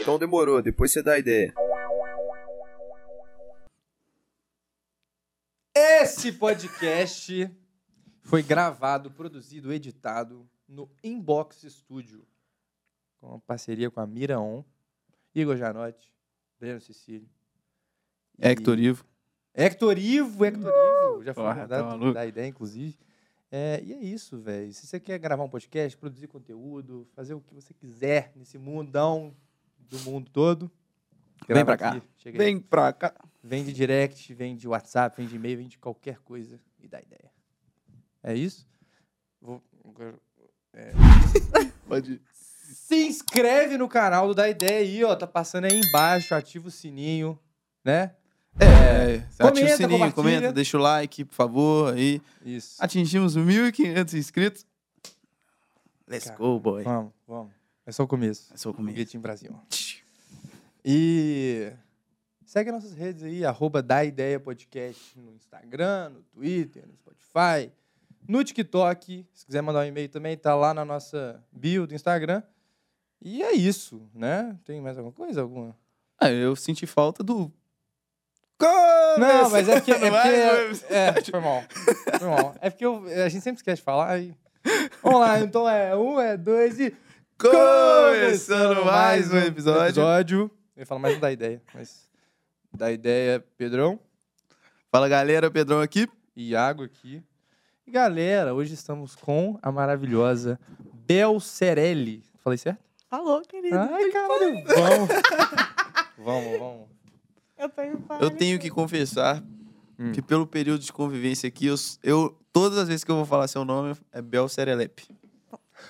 Então demorou, depois você dá a ideia. Esse podcast foi gravado, produzido, editado no Inbox Studio, com uma parceria com a Mira On, Igor Janotti, Breno Cecílio. e- Hector Ivo. Hector Ivo, Hector Ivo. Já foi Porra, tá mandado maluco. da ideia, inclusive. É, e é isso, velho. Se você quer gravar um podcast, produzir conteúdo, fazer o que você quiser nesse mundão do mundo todo, Vem grava pra cá. aqui. Chega aí. Vem pra cá. Vem de direct, vem de WhatsApp, vem de e-mail, vem de qualquer coisa e dá ideia. É isso? Vou- agora- é. Pode ir. Se inscreve no canal do Da Ideia aí, ó. Tá passando aí embaixo, ativa o sininho, né? É, ativa Comenta, o sininho, compartilha. comenta, deixa o like, por favor. Aí. Isso. Atingimos 1.500 inscritos. Let's Cara. go, boy. Vamos, vamos. É só o começo. Sou comigo. Foguetinho pra cima. E segue nossas redes aí, arroba da Ideia Podcast no Instagram, no Twitter, no Spotify, no TikTok. Se quiser mandar um e-mail também, tá lá na nossa bio do Instagram. E é isso, né? Tem mais alguma coisa? Alguma? Ah, eu senti falta do. Não, mas é porque. É, mais um porque é, foi mal. Foi mal. É porque eu- a gente sempre esquece de falar. Aí... Vamos lá, então é um, é dois e. Começando mais um episódio. episódio. Eu ia falar mais um da ideia, mas. Da ideia, Pedrão. Fala galera, Pedrão aqui. Iago aqui. E galera, hoje estamos com a maravilhosa Bel Cerelli. Falei certo? Alô, querido. Ai, caralho, vamos. vamos, vamos. Eu tenho pai. Eu tenho que confessar Hum. que pelo período de convivência aqui, eu, eu- todas as vezes que eu vou falar seu nome é Bel Serelepe.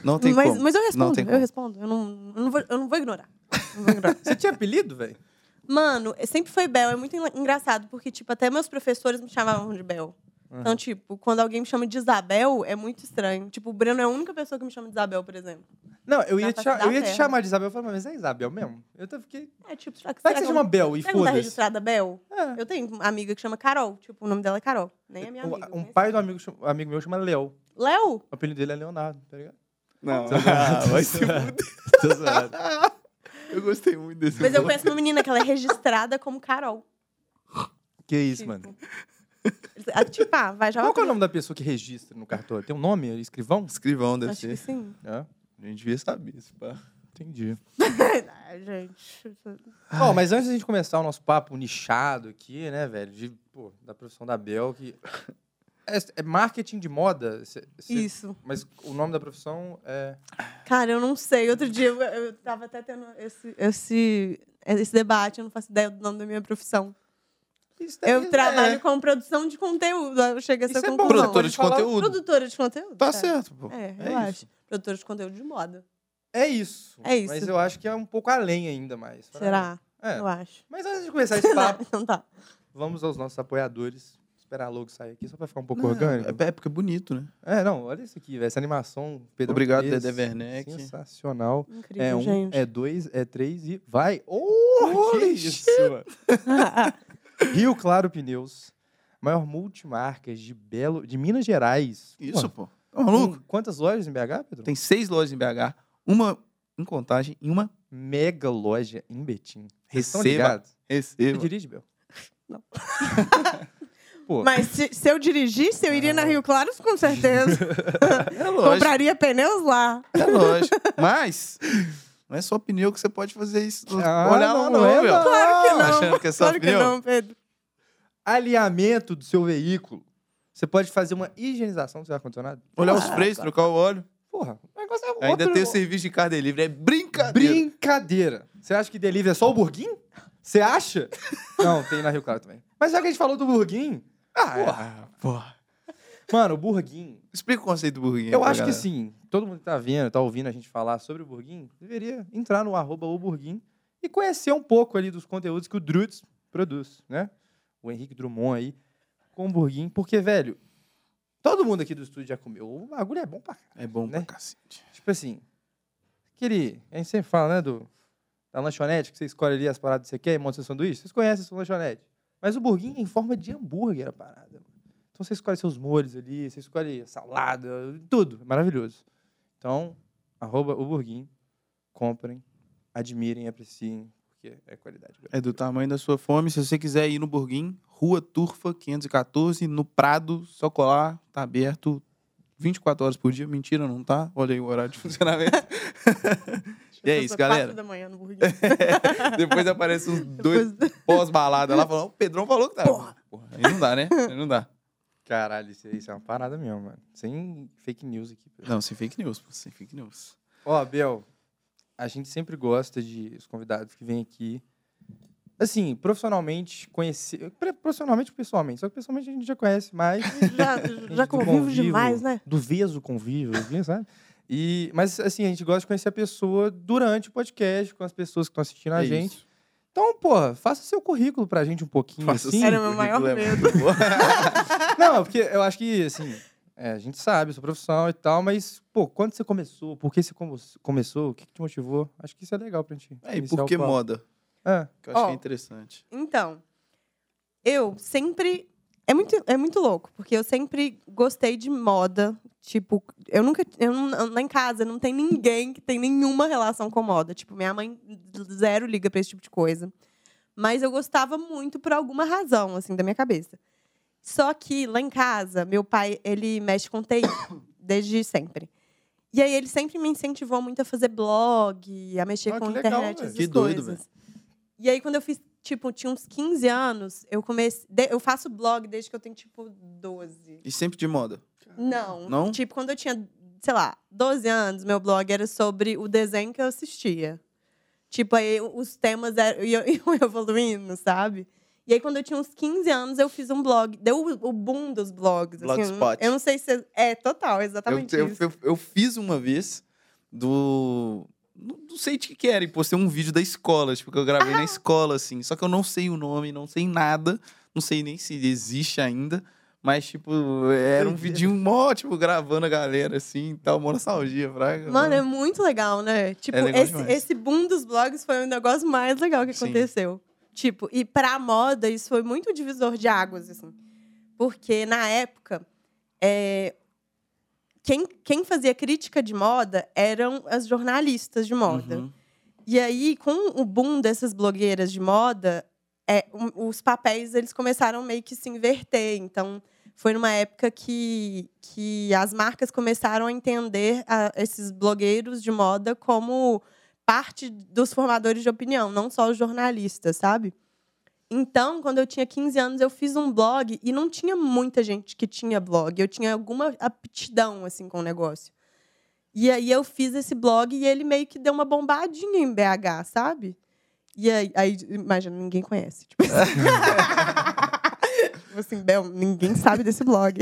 Não tem mas, como. mas eu Não respondo, tem eu como. respondo. Eu não, eu não vou, eu não vou ignorar. Não vou ignorar. Você tinha apelido, velho? Mano, eu sempre foi Bel. É muito en- engraçado, porque, tipo, até meus professores me chamavam de Bel. Aham. Então, tipo, quando alguém me chama de Isabel, é muito estranho. Tipo, o Breno é a única pessoa que me chama de Isabel, por exemplo. Não, eu ia, Na te, cha- eu ia te faculdade. chamar de Isabel. Eu falei, mas é Isabel mesmo? Eu até fiquei. É tipo, será que, Vai que será você que eu- chama Bel e será que não tá foda-se. registrada Bel? É. Eu tenho uma amiga que chama Carol. Tipo, o nome dela é Carol. Nem é minha Um- amiga. um mas- pai do amigo, chama- amigo meu chama Léo. Léo? O apelido dele é Leonardo, tá ligado? Não, ah, vai se Tô zoado. Eu gostei muito desse. Mas eu humor. conheço uma menina que ela é registrada como Carol. Que isso, Tipo. mano. Ah, Tipo, ah, vai já Qual que é o vai- nome da pessoa que registra no cartório? Tem um nome? Escrivão? Escrivão deve Acho ser. que sim. É, A gente devia saber isso, pá. entendi. Ah, gente. Bom, mas antes da gente começar o nosso papo nichado aqui, né, velho, de, pô, da profissão da Bel, que é, é marketing de moda, cê- cê- Isso. mas o nome da profissão é... Cara, eu não sei. Outro dia eu, eu tava até tendo esse, esse, esse debate, eu não faço ideia do nome da minha profissão. Isso Eu daí- trabalho é. com produção de conteúdo. Eu cheguei a essa Isso é bom, conclusão. Produtora de Pode falar- conteúdo. Produtora de conteúdo? Tá cara. certo, pô. É, eu É acho. isso. Produtora de conteúdo de moda. É isso. É isso. Mas eu acho que é um pouco além ainda mais. Será? É. Eu acho. Mas antes de começar esse papo, Então tá. É vamos aos nossos apoiadores. Esperar a logo sair aqui, só pra ficar um pouco Não, orgânico. É, é porque é bonito, né? É, não, olha isso aqui, velho. Essa animação. Pedro Obrigado, fez, Dedé Werneck. Sensacional. Incrível, É um, gente. é dois, é três e vai. Oh, que Holy isso, mano. Rio Claro Pneus. Maior multimarcas de Belo, de Minas Gerais. Isso, Pô, pô. Tá maluco? com Quantas lojas em BH, Pedro? Tem seis lojas em BH, uma em contagem e uma Mega loja em Betim. Vocês estão Receba. ligados? Você receba. dirige, Bel? Não. Pô, Mas se, se eu dirigisse, eu iria na Rio Claro, com certeza. É Ah. lógico. Compraria pneus lá. É lógico. Mas não é só pneu que você pode fazer isso. Ah, olhar lá, não não, é, meu. não. Claro que não. Achando que é só claro que pneu? não, Pedro. alinhamento do seu veículo. Você pode fazer uma higienização do seu ar-condicionado. Olhar os Ah, freios, trocar o óleo. Porra, o negócio é Ainda outro- tem o serviço de car delivery. É brincadeira. Brincadeira. Você acha que delivery é só o Burguinho? Você acha? Não, tem na Rio Claro também. Mas já que a gente falou do Burguinho... Ah, Ah, porra. é. Mano, o Burguinho... Explica o conceito do burguinho. Eu pra acho que galera. sim. Todo mundo que tá vendo, tá ouvindo a gente falar sobre o Burguinho, deveria entrar no arroba o Burguinho e conhecer um pouco ali dos conteúdos que o Drutz produz, né? O Henrique Drummond aí com o Burguinho. Porque, velho, todo mundo aqui do estúdio já comeu. O bagulho é bom pra É bom Né? pra cacete. Tipo assim, aquele. A gente sempre fala, né, do, da lanchonete, que você escolhe ali as paradas que você quer e monta seu sanduíche. Vocês conhecem essa lanchonete. Mas o burguinho é em forma de hambúrguer a parada. mano. Então você escolhe seus molhos ali, você escolhe salada, tudo. É maravilhoso. Então, arroba o burguinho. Comprem, admirem, apreciem, porque é qualidade. É do tamanho da sua fome. Se você quiser ir no Burguim, Rua Turfa 514, no Prado, só colar, tá aberto 24 horas por dia. Mentira, não tá? Olha aí o horário de funcionamento. e é isso, galera. Quatro da manhã no burguinho. Depois aparece uns dois Depois- pós-balada lá falando, o Pedrão falou que tá. Porra. Porra, Aí não dá, né? Aí não dá. Caralho, isso, isso é uma parada mesmo, mano. Sem fake news aqui. pô. Não, sem fake news, pô, sem fake news. Ó, Bel, a gente sempre gosta de os convidados que vêm aqui. Assim, profissionalmente, conhecer. pre- Profissionalmente e pessoalmente. Só que pessoalmente a gente já conhece mais. Já, já Do convivo convívio, demais, né? Do veso convívio, assim, sabe? E, mas, assim, a gente gosta de conhecer a pessoa durante o podcast, com as pessoas que estão assistindo a É gente. isso. Então, porra, faça seu currículo pra gente um pouquinho, Faça assim. assim, Era meu maior currículo é medo. muito bom. Não, é porque eu acho que, assim, é, a gente sabe a sua profissão e tal, mas, pô, quando você começou? Por que você come- começou? O que, que te motivou? Acho que isso é legal pra gente. É, e iniciar por o que papo. moda? É. Que eu acho que Ó. é interessante. Então, eu sempre. É muito, é muito louco, porque eu sempre gostei de moda. Tipo, eu nunca. Eu, não- lá em casa não tem ninguém que tem nenhuma relação com moda. Tipo, minha mãe zero liga pra esse tipo de coisa. Mas eu gostava muito por alguma razão, assim, da minha cabeça. Só que lá em casa, meu pai, ele mexe com TI desde sempre. E aí ele sempre me incentivou muito a fazer blog, a mexer Ah, com que legal, internet, velho. essas Que doido, coisas. E aí quando eu fiz, tipo, tinha uns 15 anos, eu comecei, de- eu faço blog desde que eu tenho tipo 12. E sempre de moda. Não. Não? Tipo, quando eu tinha, sei lá, 12 anos, meu blog era sobre o desenho que eu assistia. Tipo, aí os temas eram- iam iam evoluindo, sabe? E aí, quando eu tinha uns 15 anos, eu fiz um blog. Deu o o boom dos blogs. assim, eu não- Blogspot. eu não sei se... É, total, Eu, exatamente eu, isso. eu, eu fiz uma vez do. Não não sei de que que era, e postei um vídeo da escola, tipo, que eu gravei Ah. na escola, assim. Só que eu não sei o nome, não sei nada, não sei nem se existe ainda. Mas, tipo, era um Doideira. vidinho mó, tipo, gravando a galera, assim, e tal, mó nostalgia, fraga. Mano, é muito legal, né? Tipo, É legal esse, demais. esse boom dos blogs foi o negócio mais legal que Sim. aconteceu. Tipo, e pra moda, isso foi muito divisor de águas, assim. Porque, na época, é, quem, quem fazia crítica de moda eram as jornalistas de moda. Uhum. E aí, com o boom dessas blogueiras de moda, é, um- os papéis eles começaram meio que se inverter. Então, foi numa época que, que as marcas começaram a entender a- esses blogueiros de moda como parte dos formadores de opinião, não só os jornalistas, sabe? Então, quando eu tinha 15 anos, eu fiz um blog e não tinha muita gente que tinha blog. Eu tinha alguma aptidão assim com o negócio. E aí eu fiz esse blog e ele meio que deu uma bombadinha em BH, sabe? E aí, aí imagina, ninguém conhece. Tipo assim, Tipo assim, Bel, ninguém sabe desse blog.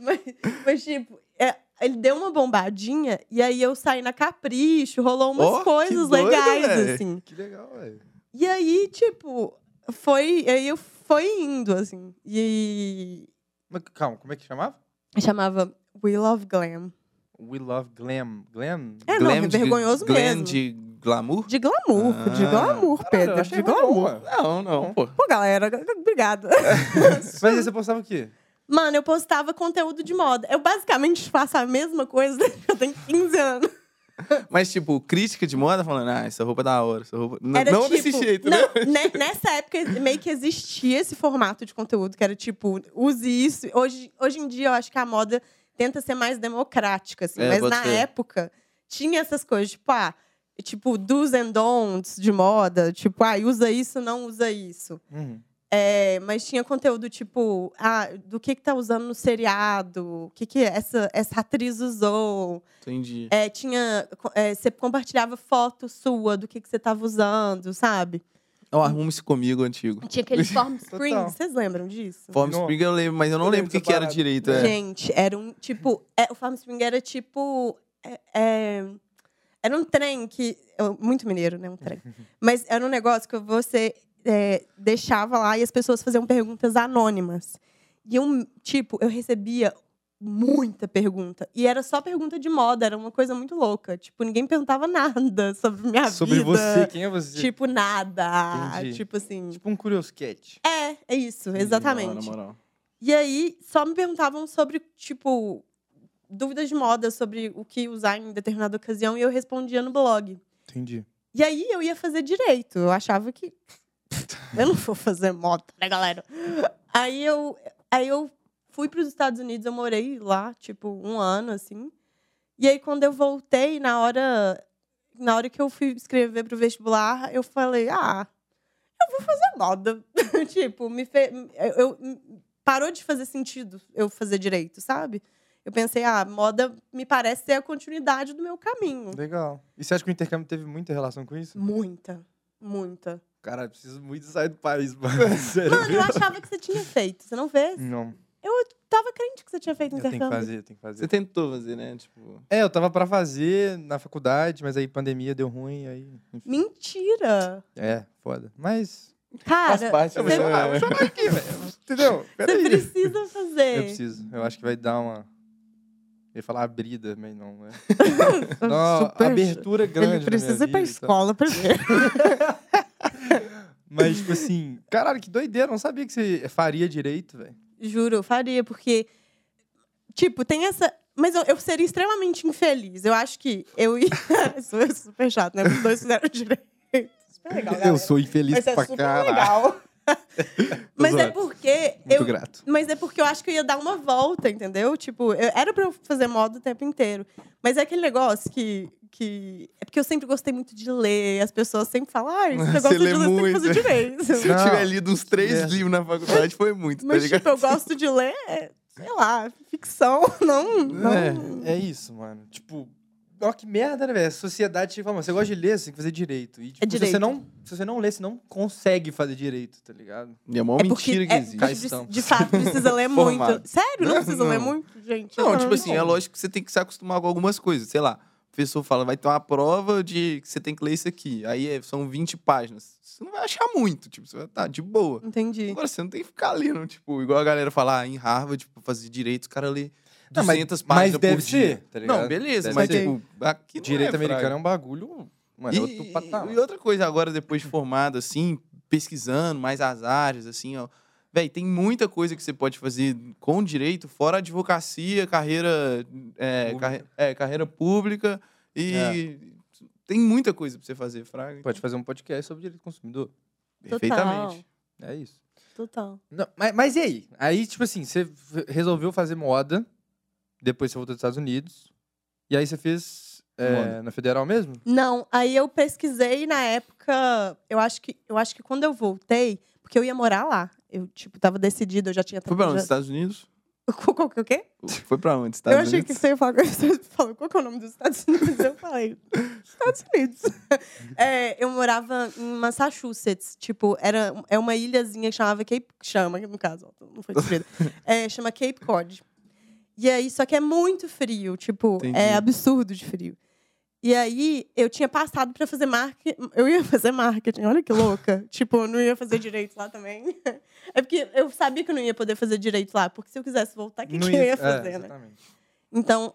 mas, mas, tipo, é, ele deu uma bombadinha e aí eu saí na Capricho, rolou umas Ó, que coisas doido, legais, véi. assim. Que legal, velho. E aí, tipo, foi. Aí eu foi indo, assim. E Mas calma, como é que chamava? chamava We Love Glam. We Love Glam. Glam? É, não, Glam é vergonhoso de, Glam mesmo. de glamour? De glamour, de Ah. glamour, Pedro, Pedro. eu de achei glamour. bom, Não, não, pô. Pô, galera, obrigada. Mas aí você postava o quê? Mano, eu postava conteúdo de moda. Eu basicamente faço a mesma coisa desde que eu tenho 15 anos. Mas, tipo, crítica de moda falando, ah, essa roupa é da hora, essa roupa. N- Era não tipo, desse jeito, não, né? ne- Nessa época, meio que existia esse formato de conteúdo, que era tipo, use isso. Hoje, hoje em dia, eu acho que a moda tenta ser mais democrática, assim. É, mas pode na ser. época, tinha essas coisas, tipo, ah, tipo, do's and don'ts de moda. Tipo, ah, usa isso, não usa isso. Uhum. É, mas tinha conteúdo tipo, ah, do que que tá usando no seriado, o que que é essa, essa atriz usou. Entendi. É, tinha, co- é, você compartilhava foto sua do que que você tava usando, sabe? Ó, arrume-se Então, comigo, antigo. Tinha aqueles form Total. springs, vocês lembram disso? Form Não. Spring eu lembro, mas eu não Eu lembro o que, lembro que era separado. direito. É. Gente, era um tipo, é, o form spring era tipo, é, é, era um trem que eu- muito mineiro, né, um trem. Mas era um negócio que você é, deixava lá e as pessoas faziam perguntas anônimas. E eu, tipo, eu recebia muita pergunta. E era só pergunta de moda, era uma coisa muito louca. Tipo, ninguém perguntava nada sobre minha Sobre vida. você, quem é você? Tipo, Tipo, nada. Entendi. Tipo assim. um curiosquete. É, é isso, exatamente. Na moral. E aí, só me perguntavam sobre, tipo, dúvidas de moda, sobre o que usar em determinada ocasião, e eu respondia no blog. Entendi. E aí eu ia fazer direito. Eu achava que. eu não vou fazer moda, né, galera? Aí eu, aí eu fui para os Estados Unidos, eu morei lá, tipo, um ano, assim. E aí, quando eu voltei, na hora, na hora que eu fui escrever para o vestibular, eu falei, ah, eu vou fazer moda. tipo, me fe... eu, eu- parou de fazer sentido eu fazer direito, sabe? Eu pensei, ah, moda me parece ser a continuidade do meu caminho. Legal. E você acha que o intercâmbio teve muita relação com isso? Muita, muita. Cara, eu preciso muito sair do país, mano. Sério. Mano, eu achava que você tinha feito. Você não fez? Não, Tava crente que você tinha feito Hum. eu tenho que intercâmbio. fazer, eu tenho que fazer. Você tentou fazer, né? Tipo. É, eu tava pra fazer na faculdade, mas aí pandemia deu ruim, aí... enfim. Mentira! É, foda. Mas... Cara, parte, você, né? Ah, eu chamo aqui, velho. Entendeu? você Peraí. precisa fazer. Eu preciso. Eu acho que vai dar uma... Eu ia falar abrida, mas não, né? Dá uma abertura grande Ele na minha vida precisa ir pra e tal. escola primeiro. Mas, tipo assim... Caralho, que doideira. Eu não sabia que você faria direito, velho. Juro, eu faria, porque. Tipo, tem essa. Mas eu, eu seria extremamente infeliz. Eu acho que eu ia. Isso é super chato, né? Os dois fizeram direito. Super legal, galera. sou infeliz Mas é super legal. Mas é zoando. porque Muito eu, grato. Mas é porque eu acho que eu ia dar uma volta, entendeu? Tipo, eu- era pra eu fazer moda o tempo inteiro. Mas é aquele negócio que. que é porque eu sempre gostei muito de ler. e As pessoas sempre falam, ah, esse Você negócio de lê ler, você tem que muito." fazer direito. Se eu Não. é. tiver lido uns três Merda. livros na faculdade, foi muito, tá Mas, ligado? tipo, eu gosto de ler, é, sei lá, ficção. Não. não... É, é isso, mano. Tipo, ó, que merda, né, velho? A sociedade te fala, mano, você gosta de ler, você tem que fazer direito. E, tipo, Se, você É direito. não, se você não lê, você não consegue fazer direito, tá ligado? E é a maior É porque, mentira que é, existe. porque Caistão. de, de fato, precisa ler Formado. muito. Sério? Não Não, precisa ler não. muito, gente? Não, Eu tipo assim, é lógico que você tem que se acostumar com algumas coisas. Sei lá, o professor fala, vai ter uma prova de que você tem que ler isso aqui. Aí é- são 20 páginas. Você não vai achar muito, tipo, você vai estar de boa. Entendi. Agora, você não tem que ficar lendo, tipo, igual a galera falar ah, em Harvard, tipo, fazer direito, os caras lê Não, mas- 200 mas páginas deve por dia. ser, tá ligado? não, beleza, Deve mas ser. tipo, aqui não Direito é, um americano fraga. é um bagulho, mano, é outro patamar. E outra coisa agora, depois de formado, assim, pesquisando mais as áreas, assim, ó. Véi, tem muita coisa que você pode fazer com direito, fora advocacia, carreira, é, Pública. carre- é, carreira pública e... Tem muita coisa pra você fazer, Fraga. Pode fazer um podcast sobre direito do consumidor. Perfeitamente. É isso. Total. Não, mas, mas e aí? Aí, tipo assim, você f- resolveu fazer moda, depois você voltou dos Estados Unidos, e aí você fez é, Moda. na Federal mesmo? Não, aí eu pesquisei na época, eu acho que eu acho que quando eu voltei, porque eu ia morar lá. Eu, tipo, tava decidida, eu já tinha Foi pra onde? tá? já- Estados Unidos? Qual- qual que é o quê? Foi pra onde? Eu Estados achei que Unidos? você ia falar, você falou, qual que é o nome dos Estados Unidos? Eu falei, Estados Unidos. É, eu morava em Massachusetts, tipo, era, é uma ilhazinha que chamava Cape... Chama, no caso, ó, não foi descobrida. É, chama Cape Cod. E aí, só que é muito frio, tipo, Entendi. é absurdo de frio. E aí, eu tinha passado pra fazer marketing. Eu ia fazer marketing, olha que louca. tipo, eu não ia fazer direito lá também. É porque eu sabia que eu não ia poder fazer direito lá, porque se eu quisesse voltar, o que, Não que eu é, ia fazer, né? exatamente. Então,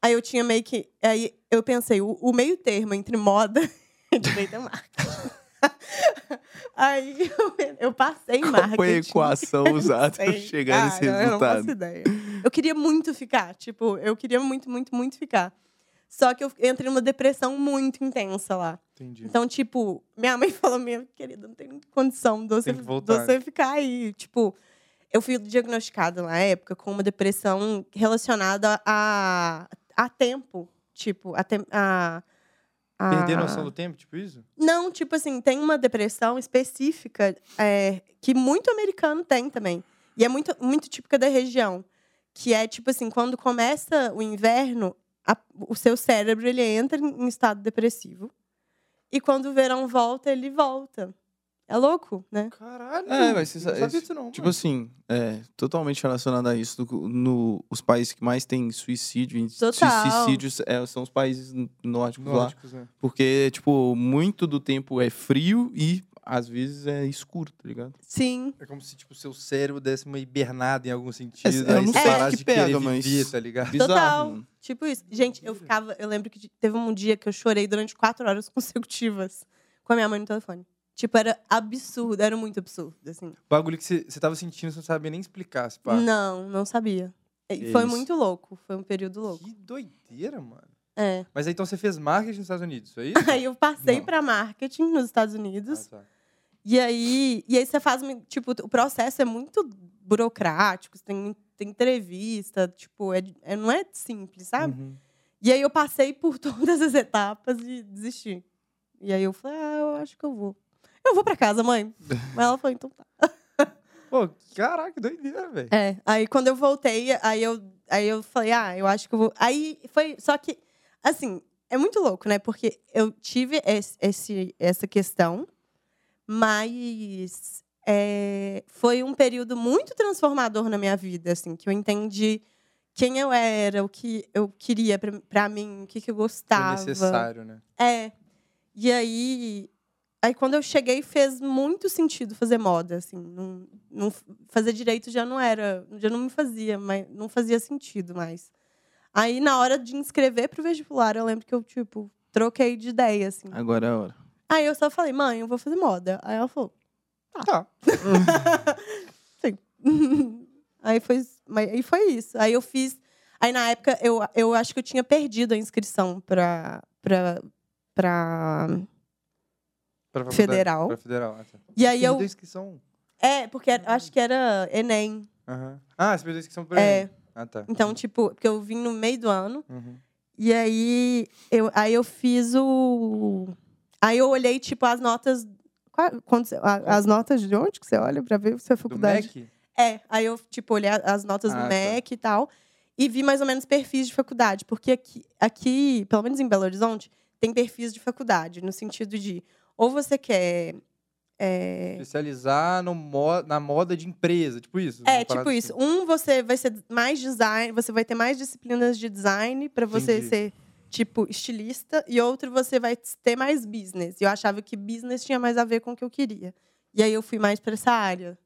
aí eu tinha meio que. Aí eu pensei, o, o meio termo entre moda e direito é marketing. aí eu, eu passei em Qual marketing. foi a equação usada pra Sei. chegar nesse Cara, Eu não faço resultado? ideia. Eu queria muito ficar, tipo, eu queria muito, muito, muito ficar. Só que eu entrei numa depressão muito intensa lá. Entendi. Então, tipo, minha mãe falou: Minha querida, não tem condição de você, Tem que voltar. né?" de você ficar aí. Tipo, eu fui diagnosticada na época com uma depressão relacionada a, a tempo. Tipo, a, tem- a, a. Perder a noção do tempo, tipo isso? Não, tipo assim, tem uma depressão específica é, que muito americano tem também. E é muito, muito típica da região. Que é, tipo assim, quando começa o inverno, a- o seu cérebro ele entra em em estado depressivo. E quando o verão volta, ele volta. É louco, né? Caralho. É, mas você eu sa- não sabia esse- disso não. Tipo mano. assim, é totalmente relacionado a isso. No, no- os países que mais têm suicídio, índice de Total. suicídios é, são os países n- nórdicos lá. Nórdicos, né? Porque, tipo, muito do tempo é frio e às vezes é escuro, tá ligado? Sim. É como se tipo, o seu cérebro desse uma hibernada em algum sentido. eu aí não você sei o parasse que de querer pega, mas- viver, tá ligado? Bizarro. Total. mano. Tipo isso. Gente, eu ficava. Eu lembro que teve um dia que eu chorei durante quatro horas consecutivas com a minha mãe no telefone. Tipo, era absurdo, era muito absurdo, assim. Bagulho que você você tava sentindo, você não sabia nem explicar. se pá. Não, não sabia. E Que foi isso. muito louco, foi um período louco. Que doideira, mano. É. Mas aí, então você fez marketing nos Estados Unidos, isso é isso? Aí eu passei Não. para marketing nos Estados Ah, Unidos. tá. E aí, e aí você faz, um- tipo, o processo é muito burocrático, você tem, tem entrevista, tipo, é, é- não é simples, sabe? Uhum. E aí eu passei por todas as etapas e desisti. E aí eu falei, ah, eu acho que eu vou. Eu vou para casa, mãe. Mas ela falou, então tá. Pô, caraca, que doideira, velho. É, aí quando eu voltei, aí eu, aí eu falei, ah, eu acho que eu vou. Aí foi. Só que, assim, é muito louco, né? Porque eu tive es- esse, essa questão, mas é, foi um período muito transformador na minha vida, assim, que eu entendi quem eu era, o que eu queria pra- pra mim, o que, que eu Foi gostava. necessário, né? É. E aí, aí quando eu cheguei fez muito sentido fazer moda, assim, não, não fazer direito já não era, já não me fazia, mas não fazia sentido mais. Aí na hora de inscrever pro vestibular, eu lembro que eu tipo troquei de ideia assim. Agora é a hora. Aí eu só falei: "Mãe, eu vou fazer moda". Aí ela falou: Tá. aí foi, mas aí foi isso. Aí eu fiz. Aí na época eu, eu acho que eu tinha perdido a inscrição para para para Pra faculdade- Federal. Pra federal, ah, tá. E aí Você eu perdeu a inscrição? É, porque era- eu acho que era Enem. Aham. Ah, você perdeu a inscrição pra É, ele. Ah, tá. então, tipo, porque eu vim no meio do ano. Uhum. E aí eu, aí eu fiz o. Aí eu olhei, tipo, as notas. qua- quando você- a- as notas de onde que você olha pra ver se a Do faculdade. MEC? É, aí eu, tipo, olhei a- as notas Ah, do tá. MEC e tal. E vi mais ou menos perfis de faculdade. Porque aqui, aqui, pelo menos em Belo Horizonte, tem perfis de faculdade, no sentido de ou você quer. é, Especializar no mo- na moda de empresa, tipo isso. É, uma parada tipo isso. assim. Um, você vai ser mais design, você vai ter mais disciplinas de design para você Entendi. ser, tipo, estilista. E outro, você vai ter mais business. E eu achava que business tinha mais a ver com o que eu queria. E aí eu fui mais para essa área.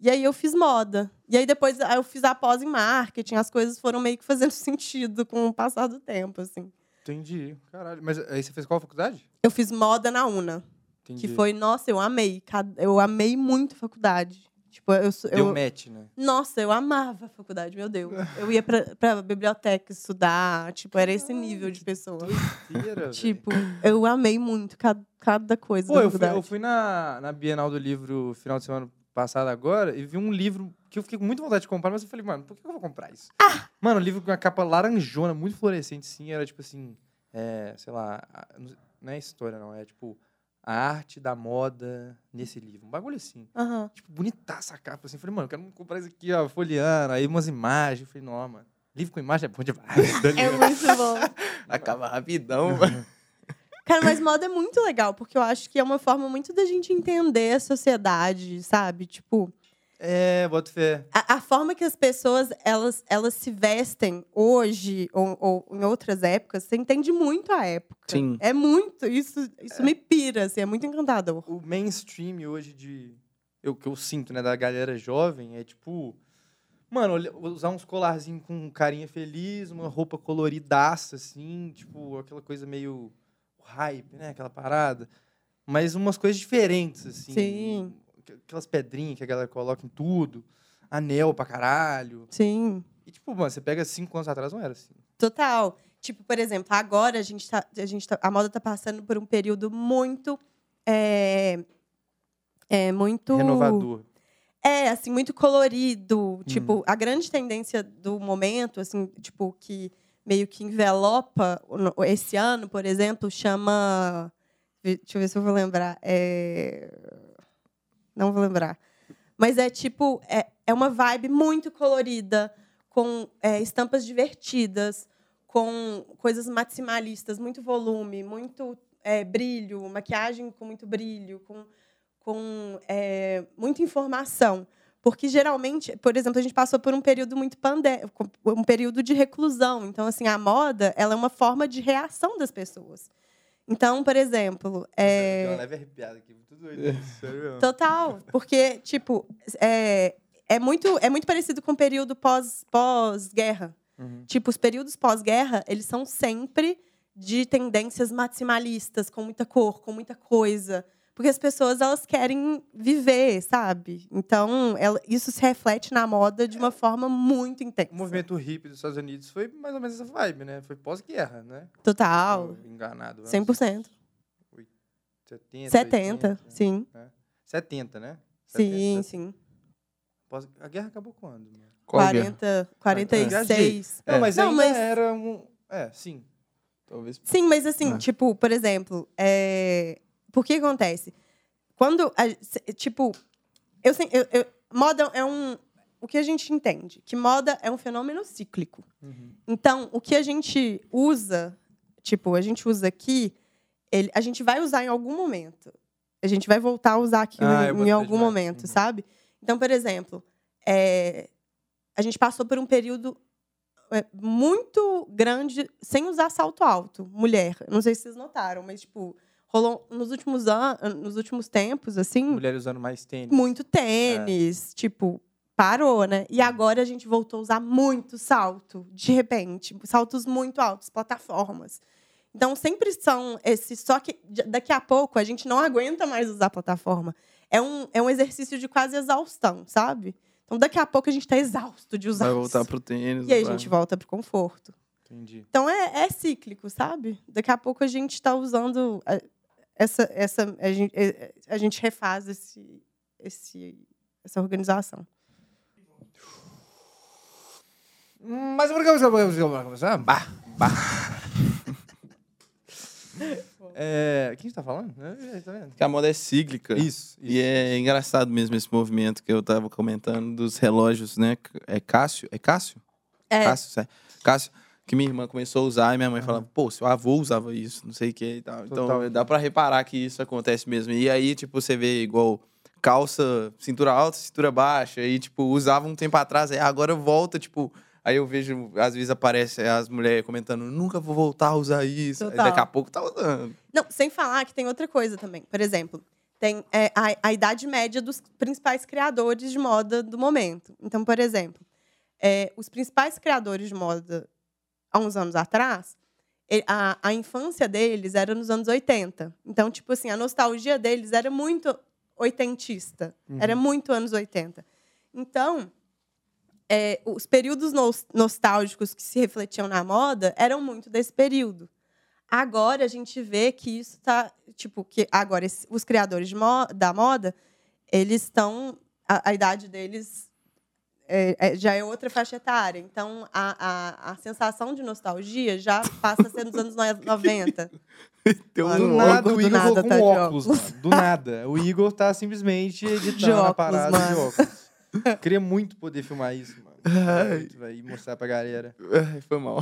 E aí eu fiz moda. E aí depois aí eu fiz a pós em marketing. As coisas foram meio que fazendo sentido com o passar do tempo, assim. Entendi. Caralho. Mas aí você fez qual faculdade? Eu fiz moda na UNA, Entendi. que foi, nossa, eu amei. Cada- Eu amei muito a faculdade. Tipo, eu, sou- Deu eu, match, né? Nossa, eu amava a faculdade, meu Deus. Eu ia pra, pra biblioteca estudar, tipo, era esse nível de pessoa. Doideira, velho. Tipo, eu amei muito ca- cada, coisa Pô, da eu fui, faculdade. eu fui na, na Bienal do Livro final de semana passada agora e vi um livro que eu fiquei com muita vontade de comprar, mas eu falei, mano, por que eu vou comprar isso? Mano, um livro com uma capa laranjona, muito fluorescente, sim, era tipo assim, é, sei lá, a- não sei- não é história não, é tipo a arte da moda nesse livro, um bagulho assim. Aham. Tipo, bonitaça a capa, assim. Falei, mano, eu quero comprar isso aqui, ó, folheando, aí umas imagens. Falei, não, mano, livro com imagem é bom demais. tá É ligado? muito bom. Acaba rapidão. Cara, mas moda é muito legal, porque eu acho que é uma forma muito da gente entender a sociedade, sabe? Tipo, é, boto fé. A, a forma que as pessoas elas, elas se vestem hoje ou, ou em outras épocas, você entende muito a época. Sim. É muito, isso, isso me pira, assim, é muito encantador. o mainstream hoje de. Eu, que eu sinto, né, da galera jovem é tipo. Mano, olha- usar uns colarzinhos com carinha feliz, uma roupa coloridaça, assim, tipo, aquela coisa meio hype, né? Aquela parada. Mas umas coisas diferentes, assim. Sim. Aqu- Aquelas pedrinhas que a galera coloca em tudo. Anel pra caralho. Sim. E, tipo, mano, você pega cinco anos atrás, não era assim. Total. Tipo, por exemplo, agora a gente tá, a, gente tá, a moda tá passando por um período muito. É, é muito. Renovador. É, assim, muito colorido. Tipo, a grande tendência do momento, assim, tipo, que meio que envelopa o no- esse ano, por exemplo, chama. Deixa eu ver se eu vou lembrar. É... Não vou lembrar. Mas é tipo, é, é uma vibe muito colorida, com é, estampas divertidas, com coisas maximalistas, muito volume, muito é, brilho, maquiagem com muito brilho, com, com é, muita informação. Porque geralmente, por exemplo, a gente passou por um período muito pandé um período de reclusão. Então, assim, a moda ela é uma forma de reação das pessoas. Então, por exemplo. Deu É... uma leve arrepiada aqui. Muito doido. isso, Sério mesmo. Total, porque, tipo, é, é, muito, é muito parecido com o período pós- pós-guerra. Uhum. Tipo, os períodos pós-guerra, eles são sempre de tendências maximalistas, com muita cor, com muita coisa, porque as pessoas elas querem viver, sabe? Então, ela- isso se reflete na moda de uma forma muito intensa. O movimento hippie dos Estados Unidos foi mais ou menos essa vibe, né? Foi pós-guerra, né? Total. Tô Enganado. anos 100%. 70. 70, 80, sim. 70, né? 70. Sim, sim. Pós- A guerra acabou quando? né? Qual é? guerra? 40, 46. Não, mas É. Não, ainda mas- era um... É, sim. Talvez. Sim, mas assim, É. tipo, por exemplo, é... por que acontece? Quando, a- se- tipo, eu, sei- eu- eu- moda é um... O que a gente entende? Que moda é um fenômeno cíclico. Uhum. Então, o que a gente usa, tipo, a gente usa aqui, ele- a gente vai usar em algum momento. A gente vai voltar a usar aquilo Ah, em- eu em, botei algum demais. momento, Uhum. sabe? Então, por exemplo, é, a gente passou por um período é, muito grande sem usar salto alto, mulher. Não sei se vocês notaram, mas, tipo, rolou nos últimos, an nos últimos tempos, assim, Mulheres usando mais tênis. muito tênis, tipo, parou, né? E agora a gente voltou a usar muito salto, de repente, saltos muito altos, plataformas. Então sempre são esses, só que d- daqui a pouco a gente não aguenta mais usar plataforma. É um, é um exercício de quase exaustão, sabe? Então daqui a pouco a gente tá exausto de usar. Vai voltar isso. pro tênis. E aí a vai- gente volta pro conforto. Entendi. Então é, é cíclico, sabe? Daqui a pouco a gente está usando eh, essa, essa a gente, eh, a gente refaz esse, esse, essa organização. Hum, Mas por que você Bah, bah. É, o que a gente tá falando? É, tá vendo? Porque a moda é cíclica. Isso, E isso. é engraçado mesmo esse movimento que eu tava comentando dos relógios, né? É Cássio? É Cássio? É. Cássio, certo. Cássio, que minha irmã começou a usar e minha mãe falava, pô, seu avô usava isso, não sei o que e tal. Então Ah. Total. dá pra reparar que isso acontece mesmo. E aí, tipo, você vê igual calça, cintura alta, cintura baixa, e tipo, usava um tempo atrás, aí agora volta, tipo. Aí eu vejo, às vezes aparece as mulheres comentando, nunca vou voltar a usar isso. Aí Total. daqui a pouco tá usando. Não, sem falar que tem outra coisa também. Por exemplo, tem eh, a, a idade média dos principais criadores de moda do momento. Então, por exemplo, eh, os principais criadores de moda há uns anos atrás, e- a, a infância deles era nos anos 80. Então, tipo assim, a nostalgia deles era muito oitentista. Era muito anos 80. Então, é, os períodos nos- nostálgicos que se refletiam na moda eram muito desse período. Agora a gente vê que isso está tipo que agora esse- os criadores de mo- da moda eles estão a, a idade deles é- é- já é outra faixa etária. Então a, a- a sensação de nostalgia já passa a ser dos anos no- 90. Tem um Claro. Do Mano, o nada Igor o do Igor nada colocou tá um de óculos, mano. Do nada. O Igor tá simplesmente De editando a óculos, parada de mano. óculos. Queria muito poder filmar isso, mano. Ai. Muito, velho, e mostrar pra galera. Ai, foi mal.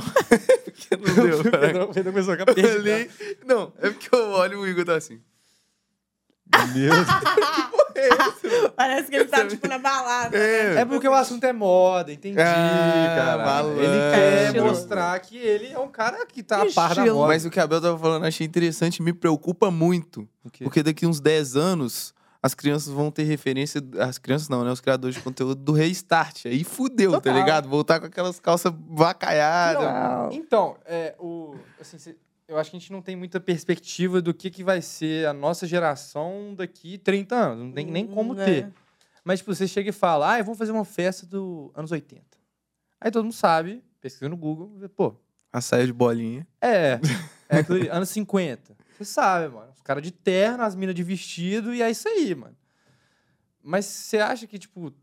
Porque não deu, o cara. Pedro, o Pedro começou a ficar Eu perdido. olhei- Não, é porque eu olho e o Igor tá assim. Meu Deus. Parece que ele tá tipo na balada. É porque o assunto é moda, entendi, Ah, cara. malandro. Ele quer Estiloso. mostrar que ele é um cara que tá a par da Estilo. moda. Mas o que a Bel tava falando, eu achei interessante, me preocupa muito. Porque daqui uns 10 anos, as crianças vão ter referência. As crianças não, né? Os criadores de conteúdo do restart. Aí fudeu, Total. tá ligado? Voltar com aquelas calças vacaiadas. Não, então, é, o, assim, cê- eu acho que a gente não tem muita perspectiva do que, que vai ser a nossa geração daqui 30 anos. Não tem nem como Hum, é. ter. Mas, tipo, você chega e fala, ah, vamos fazer uma festa dos anos 80. Aí todo mundo sabe, pesquisa no Google, vê, pô, A saia de bolinha. é, é aquilo ali, anos 50. Você sabe, mano. Os caras de terno, as minas de vestido, e é isso aí, mano. Mas você acha que, tipo,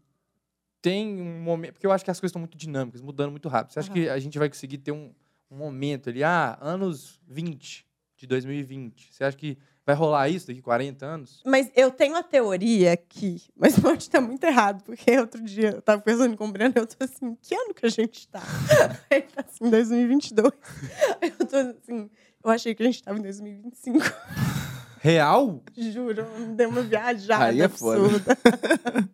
tem um momento. Porque eu acho que as coisas estão muito dinâmicas, mudando muito rápido. Você acha que a gente vai conseguir ter um, um momento ali, ah, anos 20 de 2020? Você acha que vai rolar isso daqui 40 anos? Mas eu tenho a teoria aqui, mas pode estar tá muito errado, porque outro dia eu tava conversando com o Breno e eu tô assim, que ano que a gente tá? Ele tá assim, 2022. Eu tô assim, eu achei que a gente tava em 2025, Real? juro, me deu uma viajada Aí é foda. absurda.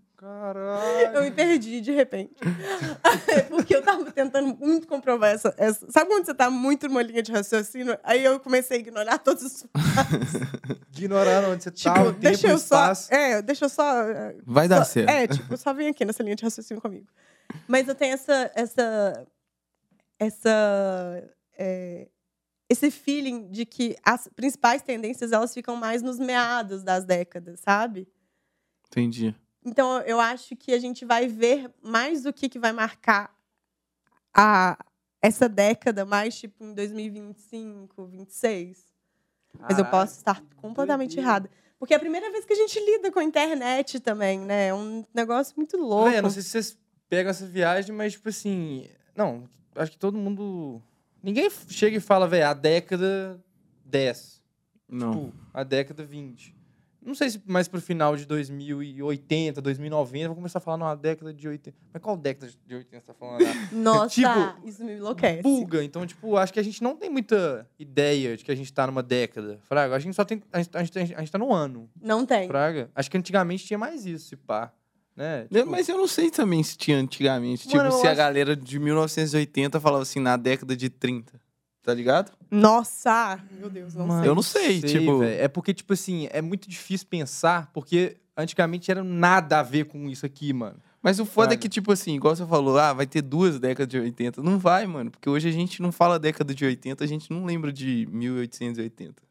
Eu Caralho. me perdi de repente. porque eu tava tentando muito comprovar essa, essa- Sabe quando você tá muito numa linha de raciocínio? Aí eu comecei a ignorar todos os. Ignorando onde você Tipo, tá, o tempo, deixa o eu só. espaço. É, deixa eu só. é, Vai dar Só- certo. É, tipo, só vem aqui nessa linha de raciocínio comigo. Mas eu tenho essa. essa, essa é, esse feeling de que as principais tendências elas ficam mais nos meados das décadas, sabe? Entendi. Então eu acho que a gente vai ver mais o que, que vai marcar a essa década, mais tipo em 2025, 26. Mas Ah, eu posso estar completamente doideira. errada. Porque é a primeira vez que a gente lida com a internet também, né? É um negócio muito louco. Véi, eu não sei se vocês pegam essa viagem, mas, tipo assim. Não, acho que todo mundo. Ninguém f- chega e fala, velho, a década 10. Não. Tipo, a década 20. Não sei se mais pro final de 2080, 2090, vou começar a falar, não, a década de 80. Mas qual década de 80 você tá falando? né? Nossa, Tipo, isso me enlouquece. pulga. Então, tipo, acho que a gente não tem muita ideia de que a gente tá numa década, fraga. A gente só tem... A gente, a gente, a gente tá num ano, Não tem. fraga. Acho que antigamente tinha mais isso, se pá. Né? Eu- Tipo, Mas eu não sei também se tinha antigamente. Mano, tipo, eu se a acho- galera de 1980 falava assim, na década de 30. Tá ligado? Nossa! Meu Deus, não Mano, sei. eu não sei, tipo- véi. É porque, tipo assim, é muito difícil pensar, porque antigamente era nada a ver com isso aqui, mano. Mas o foda é Fraga. que, tipo assim, igual você falou, ah, vai ter duas décadas de 80. Não vai, mano, porque hoje a gente não fala década de 80, a gente não lembra de 1880.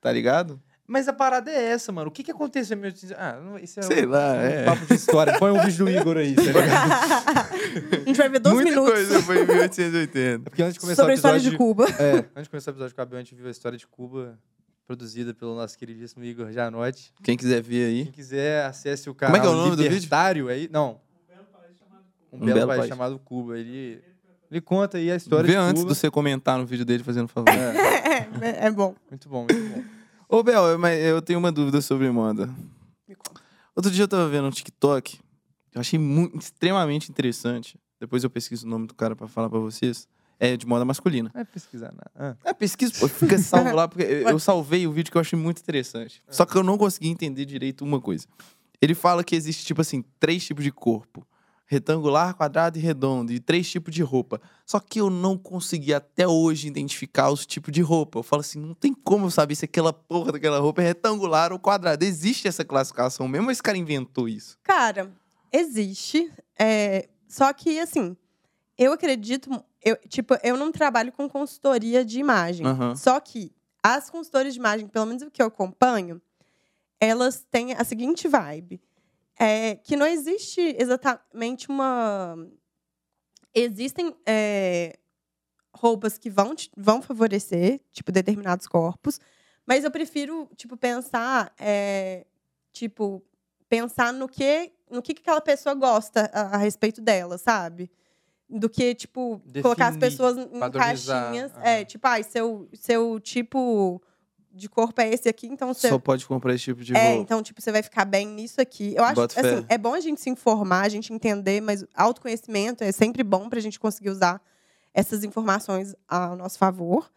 Tá ligado? Mas a parada é essa, mano. O que que aconteceu em 1800? Ah, não, isso é Sei um, lá, um é. papo de história. Põe um vídeo do Igor aí, tá ligado? a gente vai ver dois Muita minutos coisa foi em 1880. É porque antes de começar sobre a o episódio história de Cuba. É, antes de começar o episódio com a Bion, a gente viu a história de Cuba, produzida pelo nosso queridíssimo Igor Janotti. Quem quiser ver Quem aí. quiser, acesse o Como canal é que é o nome do vídeo? Libertário aí. Não. Um belo país chamado Cuba. Um belo país chamado Cuba. Ele, ele conta aí a história Vê de antes de Cuba. você comentar no vídeo dele fazendo favor. É, É, é bom. muito bom, muito bom. Ô, Bel, eu- mas eu tenho uma dúvida sobre moda. Me conta. Outro dia eu tava vendo um TikTok, eu achei muito, extremamente interessante. Depois eu pesquiso o nome do cara pra falar pra vocês. É de moda masculina. Não é pesquisar nada. Ah. É, pesquisa, pô, fica salvo lá, porque eu eu salvei o vídeo que eu achei muito interessante. Só que eu não consegui entender direito uma coisa. Ele fala que existe, tipo assim, três tipos de corpo: retangular, quadrado e redondo, e três tipos de roupa. Só que eu não consegui até hoje identificar os tipos de roupa. Eu falo assim, não tem como eu saber se aquela porra daquela roupa é retangular ou quadrada. Existe essa classificação mesmo ou esse cara inventou isso? Cara, existe. é, só que, assim, eu acredito. Eu, tipo, eu não trabalho com consultoria de imagem. Aham. Só que as consultoras de imagem, pelo menos o que eu acompanho, elas têm a seguinte vibe. é, que não existe exatamente uma. Existem é, roupas que vão, te- vão favorecer, tipo, determinados corpos. Mas eu prefiro, tipo, pensar. é, tipo, pensar no que no que, que aquela pessoa gosta a, a respeito dela, sabe? Do que, tipo, colocar as Definir, pessoas em padronizar, caixinhas. aham. É, tipo, ai, seu, seu tipo de corpo é esse aqui, então você. Só pode comprar esse tipo de É, roupa. então, tipo, você vai ficar bem nisso aqui. Eu acho Boto fé. assim, é bom a gente se informar, a gente entender, mas autoconhecimento é sempre bom pra gente conseguir usar essas informações ao nosso favor.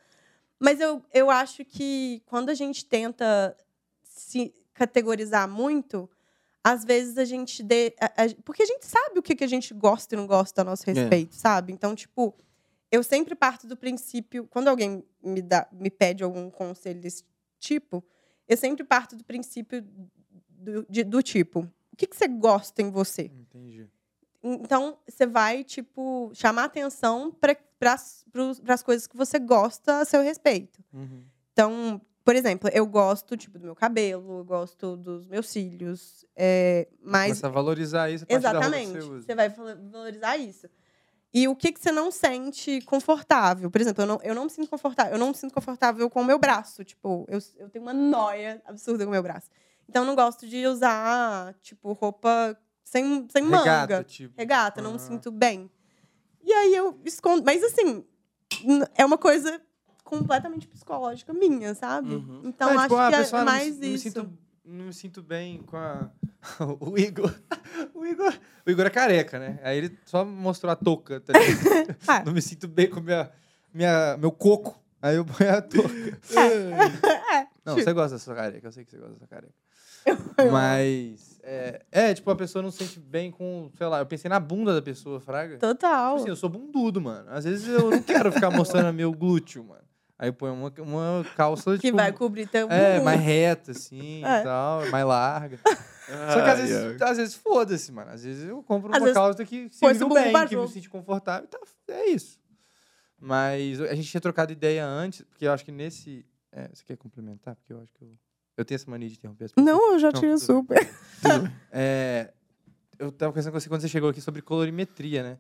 Mas eu, eu acho que quando a gente tenta se categorizar muito, às vezes a gente dê. a- a- porque a gente sabe o que, que a gente gosta e não gosta É. a nosso respeito, sabe? Então, tipo, eu sempre parto do princípio. Quando alguém me, dá, me pede algum conselho desse tipo, eu sempre parto do princípio do, de- do tipo: o que, que você gosta em você? Entendi. Então, você vai, tipo, chamar atenção para as coisas que você gosta a seu respeito. Então, por exemplo, eu gosto, tipo, do meu cabelo, eu gosto dos meus cílios, é, mas... Começa a valorizar isso a partir da roupa Exatamente. que você usa. Você vai valo- valorizar isso. E o que, que você não sente confortável? Por exemplo, eu não, eu não me sinto confortável. Eu não me sinto confortável com o meu braço. Tipo, eu, eu tenho uma noia absurda com o meu braço. Então, eu não gosto de usar, tipo, roupa sem, sem manga Regata, tipo. regata, não me Ah. sinto bem. E aí eu escondo. Mas assim, n- é uma coisa completamente psicológica minha, sabe? Uhum. Então É, acho tipo, ah, que pessoal, é não me- mais não me isso. sinto- não me sinto bem com a... o Igor. o Igor... O Igor é careca, né? Aí ele só mostrou a touca, tá ligado? Ah, Não me sinto bem com minha, minha, meu coco. Aí eu ponho a touca. É. É. não, Tipo. você gosta dessa careca. Eu sei que você gosta dessa careca. Mas... É, é, tipo, a pessoa não se sente bem com... Sei lá, eu pensei na bunda da pessoa, fraga. Tipo total. assim, eu sou bundudo, mano. Às vezes eu não quero ficar mostrando meu glúteo, mano. Aí eu ponho uma, uma calça, que tipo, vai cobrir também. é, mais reta, assim, É. e tal, mais larga. Só que às vezes, às vezes foda-se, mano. Às vezes eu compro Às uma vezes calça que se põe-se viu um pouco bem, pra que me jogo. sente confortável, tá, é isso. Mas a gente tinha trocado ideia antes, porque eu acho que nesse. é, você quer complementar? Porque eu acho que eu. Eu tenho essa mania de interromper as pessoas. Não, eu já Não, tirei o tudo super. É, eu tava conversando com você quando você chegou aqui sobre colorimetria, né?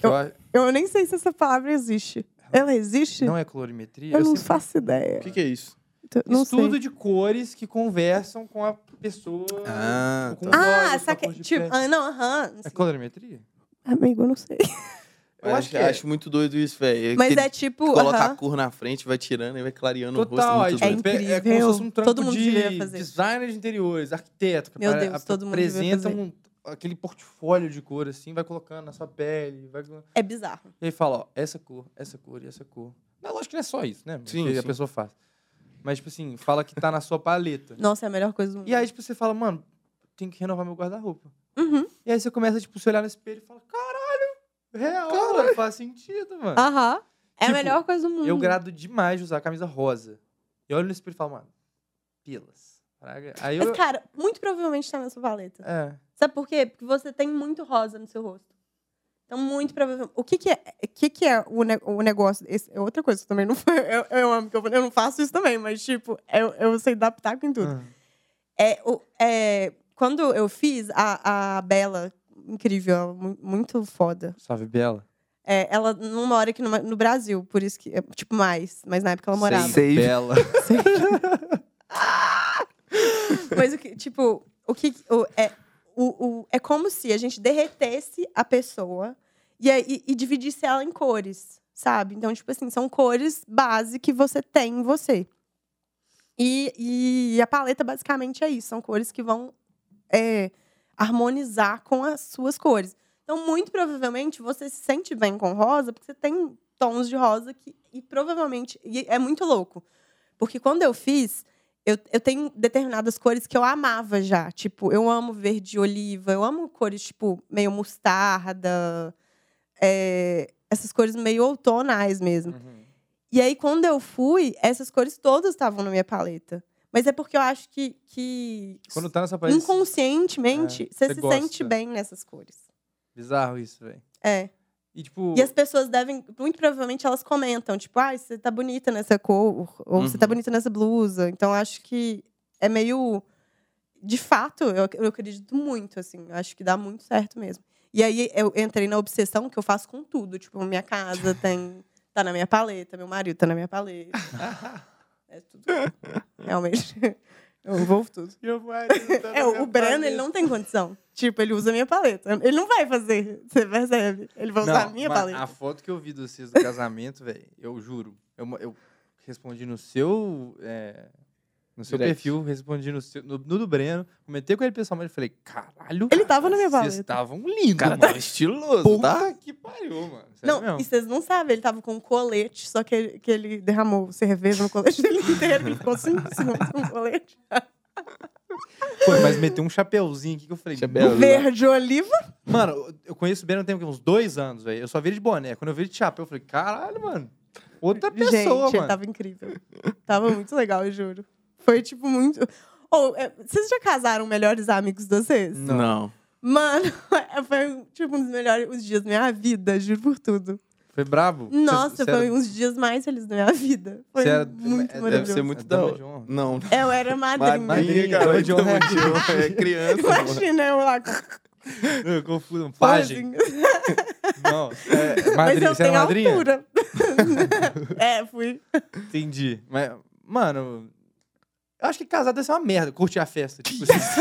Que Eu- eu a- Eu nem sei se essa palavra existe. Ela existe? não é colorimetria? eu, não sempre- faço ideia. O que, que é isso? T- Não Estudo sei. de cores que conversam com a pessoa. Ah, com tá. os olhos, com Ah, a saca. cor de Tipo, pele. ah, não, aham. É sim. colorimetria? Amigo, eu não sei. Eu acho que é. acho muito doido isso, velho. Mas Aquele é tipo. que Coloca aham. a cor na frente, vai tirando e vai clareando o Total, rosto. aí, Muito tipo, é doido. pe- é doido. como se incrível. fosse um trampo Todo mundo devia de fazer. designer de interiores, arquiteto. que Meu apare- Deus, todo mundo devia apresenta fazer. um- aquele portfólio de cor, assim, vai colocando na sua pele. Vai... E É bizarro. aí fala, ó, essa cor, essa cor e essa cor. Não, lógico que não é só isso, né? Sim, que a sim. pessoa faz. Mas, tipo assim, fala que tá na sua paleta. Nossa, é a melhor coisa do mundo. E aí, tipo, você fala, mano, tem que renovar meu guarda-roupa. Uhum. E aí você começa, tipo, se olhar no espelho e fala, caralho, real, mano, faz sentido, mano. Aham. É Tipo, a melhor coisa do mundo. Eu grado demais de usar a camisa rosa. Eu olho no espelho e falo, mano, pilas. Fraga. Aí eu. Mas, cara, muito provavelmente tá na sua paleta. É. Sabe por quê? Porque você tem muito rosa no seu rosto. Então, muito provavelmente. O que, que é, o, que que é o, ne- o negócio? Esse é outra coisa que também não foi. Eu, eu amo que eu, eu não faço isso também, mas, tipo, eu, eu sei dar pitaco em tudo. É, o- é, quando eu fiz, a, a Bela, incrível, ela é mu- muito foda. Salve, Bela. É, ela não mora aqui no, no Brasil, por isso que. é, Tipo, mais. Mas na época ela morava. Sei. Bela. Mas o que, tipo, o que. O, é, o, o- é como se a gente derretesse a pessoa e, aí- e, e dividisse ela em cores, sabe? Então, tipo assim, são cores base que você tem em você. E, e a paleta basicamente é isso: são cores que vão é, harmonizar com as suas cores. Então, muito provavelmente, você se sente bem com rosa, porque você tem tons de rosa que. E provavelmente. E é muito louco. Porque quando eu fiz, eu, eu tenho determinadas cores que eu amava já. Tipo, eu amo verde oliva, eu amo cores, tipo, meio mostarda. é, essas cores meio outonais mesmo. E aí, quando eu fui, essas cores todas estavam na minha paleta. Mas é porque eu acho que, que Quando tá nessa parede. inconscientemente, É, você você se gosta. sente bem nessas cores. Bizarro isso, velho. É. E tipo. E as pessoas devem, muito provavelmente, elas comentam, tipo, ah, você tá bonita nessa cor, ou você tá Uhum. bonita nessa blusa. Então, acho que é meio. De fato, eu, ac- eu acredito muito, assim, eu acho que dá muito certo mesmo. E aí eu entrei na obsessão que eu faço com tudo. Tipo, minha casa tem. tá na minha paleta, meu marido tá na minha paleta. é tudo. Realmente. Eu envolvo tudo. Eu, tá É, o Breno, ele não tem condição. Tipo, ele usa a minha paleta. Ele não vai fazer, você percebe? Ele vai usar a minha mas paleta. A foto que eu vi do vocês do casamento, velho, eu juro. Eu, mo- eu respondi no seu. é, no seu Direct. perfil, respondi no, seu, no, no do Breno, comentei com ele pessoalmente e falei, caralho. Ele tava na minha Vocês paleta. estavam lindos, O cara mano. tá estiloso, Puta tá? que pariu, mano. Sério Não, e mesmo. vocês não sabem, ele tava com um colete, só que ele, que ele derramou cerveja no colete dele inteiro, ele ficou assim, cinco segundos com o um colete. Pô, mas meteu um chapeuzinho aqui que É, eu falei. Chapéu. Verde oliva. Mano, eu- eu conheço o Breno tem o quê? uns dois anos, velho. Eu só vi ele de boné. Quando eu vi ele de chapéu, eu falei, caralho, mano. Outra pessoa, Gente, ele mano. tava incrível. Tava muito legal, eu juro. Foi, tipo, muito... Ou, é, vocês já casaram melhores amigos de vocês? Não. Mano, é, foi, tipo, um dos melhores os dias da minha vida, juro por tudo. Foi brabo. Nossa, Cê- cê foi era- uns dias mais felizes da minha vida. Foi cê era- muito é, maravilhoso. Deve ser muito É da dama hora. de honra. Não, não. Eu era madrinha. Madrinha, cara. dama de honra. dama de honra, É criança. mano. Imagina eu lá com Eu confundo. um Pajem. sozinha. Não. É, madrinha. assim. Mas Você eu era tenho madrinha? altura. é, fui. Entendi. Mas, mano... Eu acho que casado deve ser uma merda. Curtir a festa. Tipo, assim.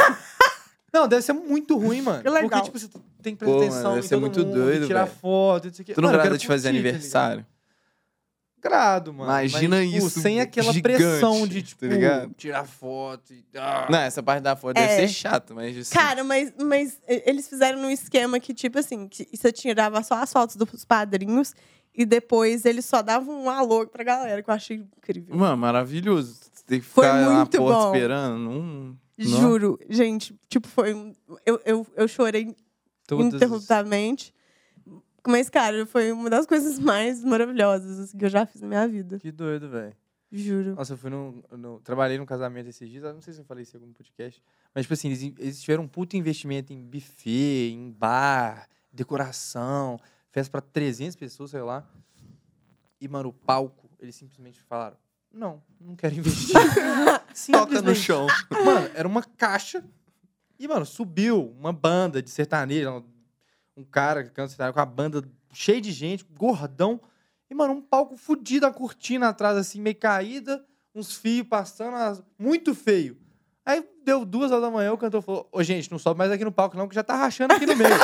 Não, deve ser muito ruim, mano. Que legal. Porque, tipo, você tem que Pô, mano, prestar atenção deve em ser todo muito mundo, doido, tirar velho. foto, não sei o quê. Tu não Mano, eu grada quero de fazer curtir, tá ligado? aniversário? grado, mano. Imagina mas, tipo, isso Sem aquela gigante, pressão de, tá tipo, ligado? tirar foto e. Ah. Não, essa parte da foto É. deve ser chata, mas... Assim, Cara, mas, mas e- eles fizeram um esquema que, tipo assim, que você tirava só as fotos dos padrinhos e depois eles só davam um alô pra galera, que eu achei incrível. Mano, maravilhoso. Você Tem que Foi ficar na muito porta bom. esperando. Não... não. Juro, gente, tipo, foi. um- Eu, eu, eu chorei Todas- interruptamente. Mas, cara, foi uma das coisas mais maravilhosas assim, que eu já fiz na minha vida. Que doido, velho. Juro. Nossa, eu fui num. no- trabalhei num casamento esses dias, eu não sei se eu falei isso em algum podcast, mas, tipo assim, eles, in- eles tiveram um puto investimento em buffet, em bar, decoração, festa pra 300 pessoas, sei lá. E, mano, o palco, eles simplesmente falaram: não, não quero investir. Toca no Simplesmente. chão. Mano, era uma caixa. E, mano, subiu uma banda de sertanejo. um- Um cara que canta sertanejo com a banda cheia de gente, gordão. E, mano, um palco fudido, a cortina atrás, assim, meio caída. Uns fios passando, as- muito feio. Aí deu duas horas da manhã, o cantor falou: Ô, gente, não sobe mais aqui no palco, não, que já tá rachando aqui no meio.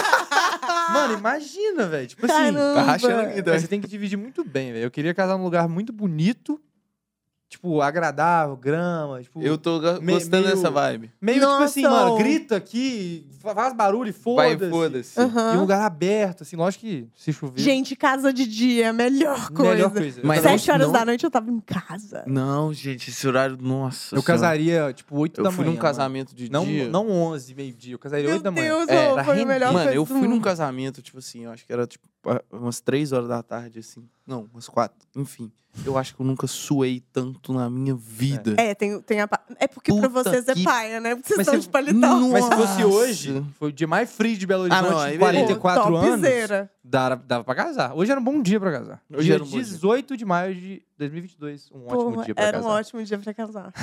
mano, imagina, velho. Tipo assim, Caramba. Tá rachando aqui, mas doido. você tem que dividir muito bem, velho. Eu queria casar num lugar muito bonito, tipo, agradável, grama, tipo. Eu tô go- Me- gostando meio- dessa vibe. Meio tipo assim, Nossa! mano, grita aqui, fa- faz barulho e Vai, foda-se. foda-se. E um Aham. lugar aberto, assim, lógico que se chover. Gente, casa de dia, é a melhor coisa. melhor coisa. Mas eu, também- Sete horas não- da noite eu tava em casa. Não, gente, esse horário, nossa eu senhora. casaria, tipo, 8 da Eu manhã. fui num mano. casamento de Não, dia. não 11, meio-dia. Eu casaria Meu 8 da manhã. Deus, É, ô, pra foi render. a melhor Mano, coisa eu do fui num mundo. casamento, tipo assim, eu acho que era tipo a- umas três horas da tarde, assim. Não, umas quatro. Enfim, eu acho que eu nunca suei tanto na minha vida. É, tem, tem a... pa- é porque pra Puta vocês é que- paia, né? Porque vocês Mas estão você- de paletó. Não. Mas se fosse Nossa. hoje, foi o dia mais frio de Belo Ah, Horizonte, não, aí em Pô, beleza. 44 anos, topzera. dava, dava pra casar. Hoje era um bom dia pra casar. Hoje dia era um bom dia. 18 de maio de 2022, um ótimo Porra, dia pra era casar. um ótimo dia pra casar.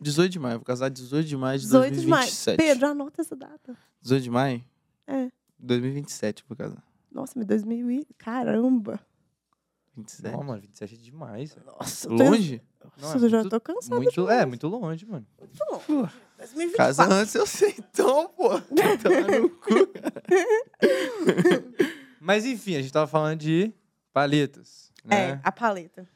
18 de maio, vou casar 18 de maio de 18 de maio. 2027. Pedro, anota essa data. 18 de maio? É. 2027 vou casar. Nossa, meu 2000 e... Caramba. 27. Não, mano, 27 é demais. Nossa, eu tô- Longe? Nossa, eu já tô cansada. muito, É, muito longe, mano. Pô, 2024. Casa antes eu sei, então, pô. Tá no cu. Mas enfim, a gente tava falando de paletas. É, Né? a paleta.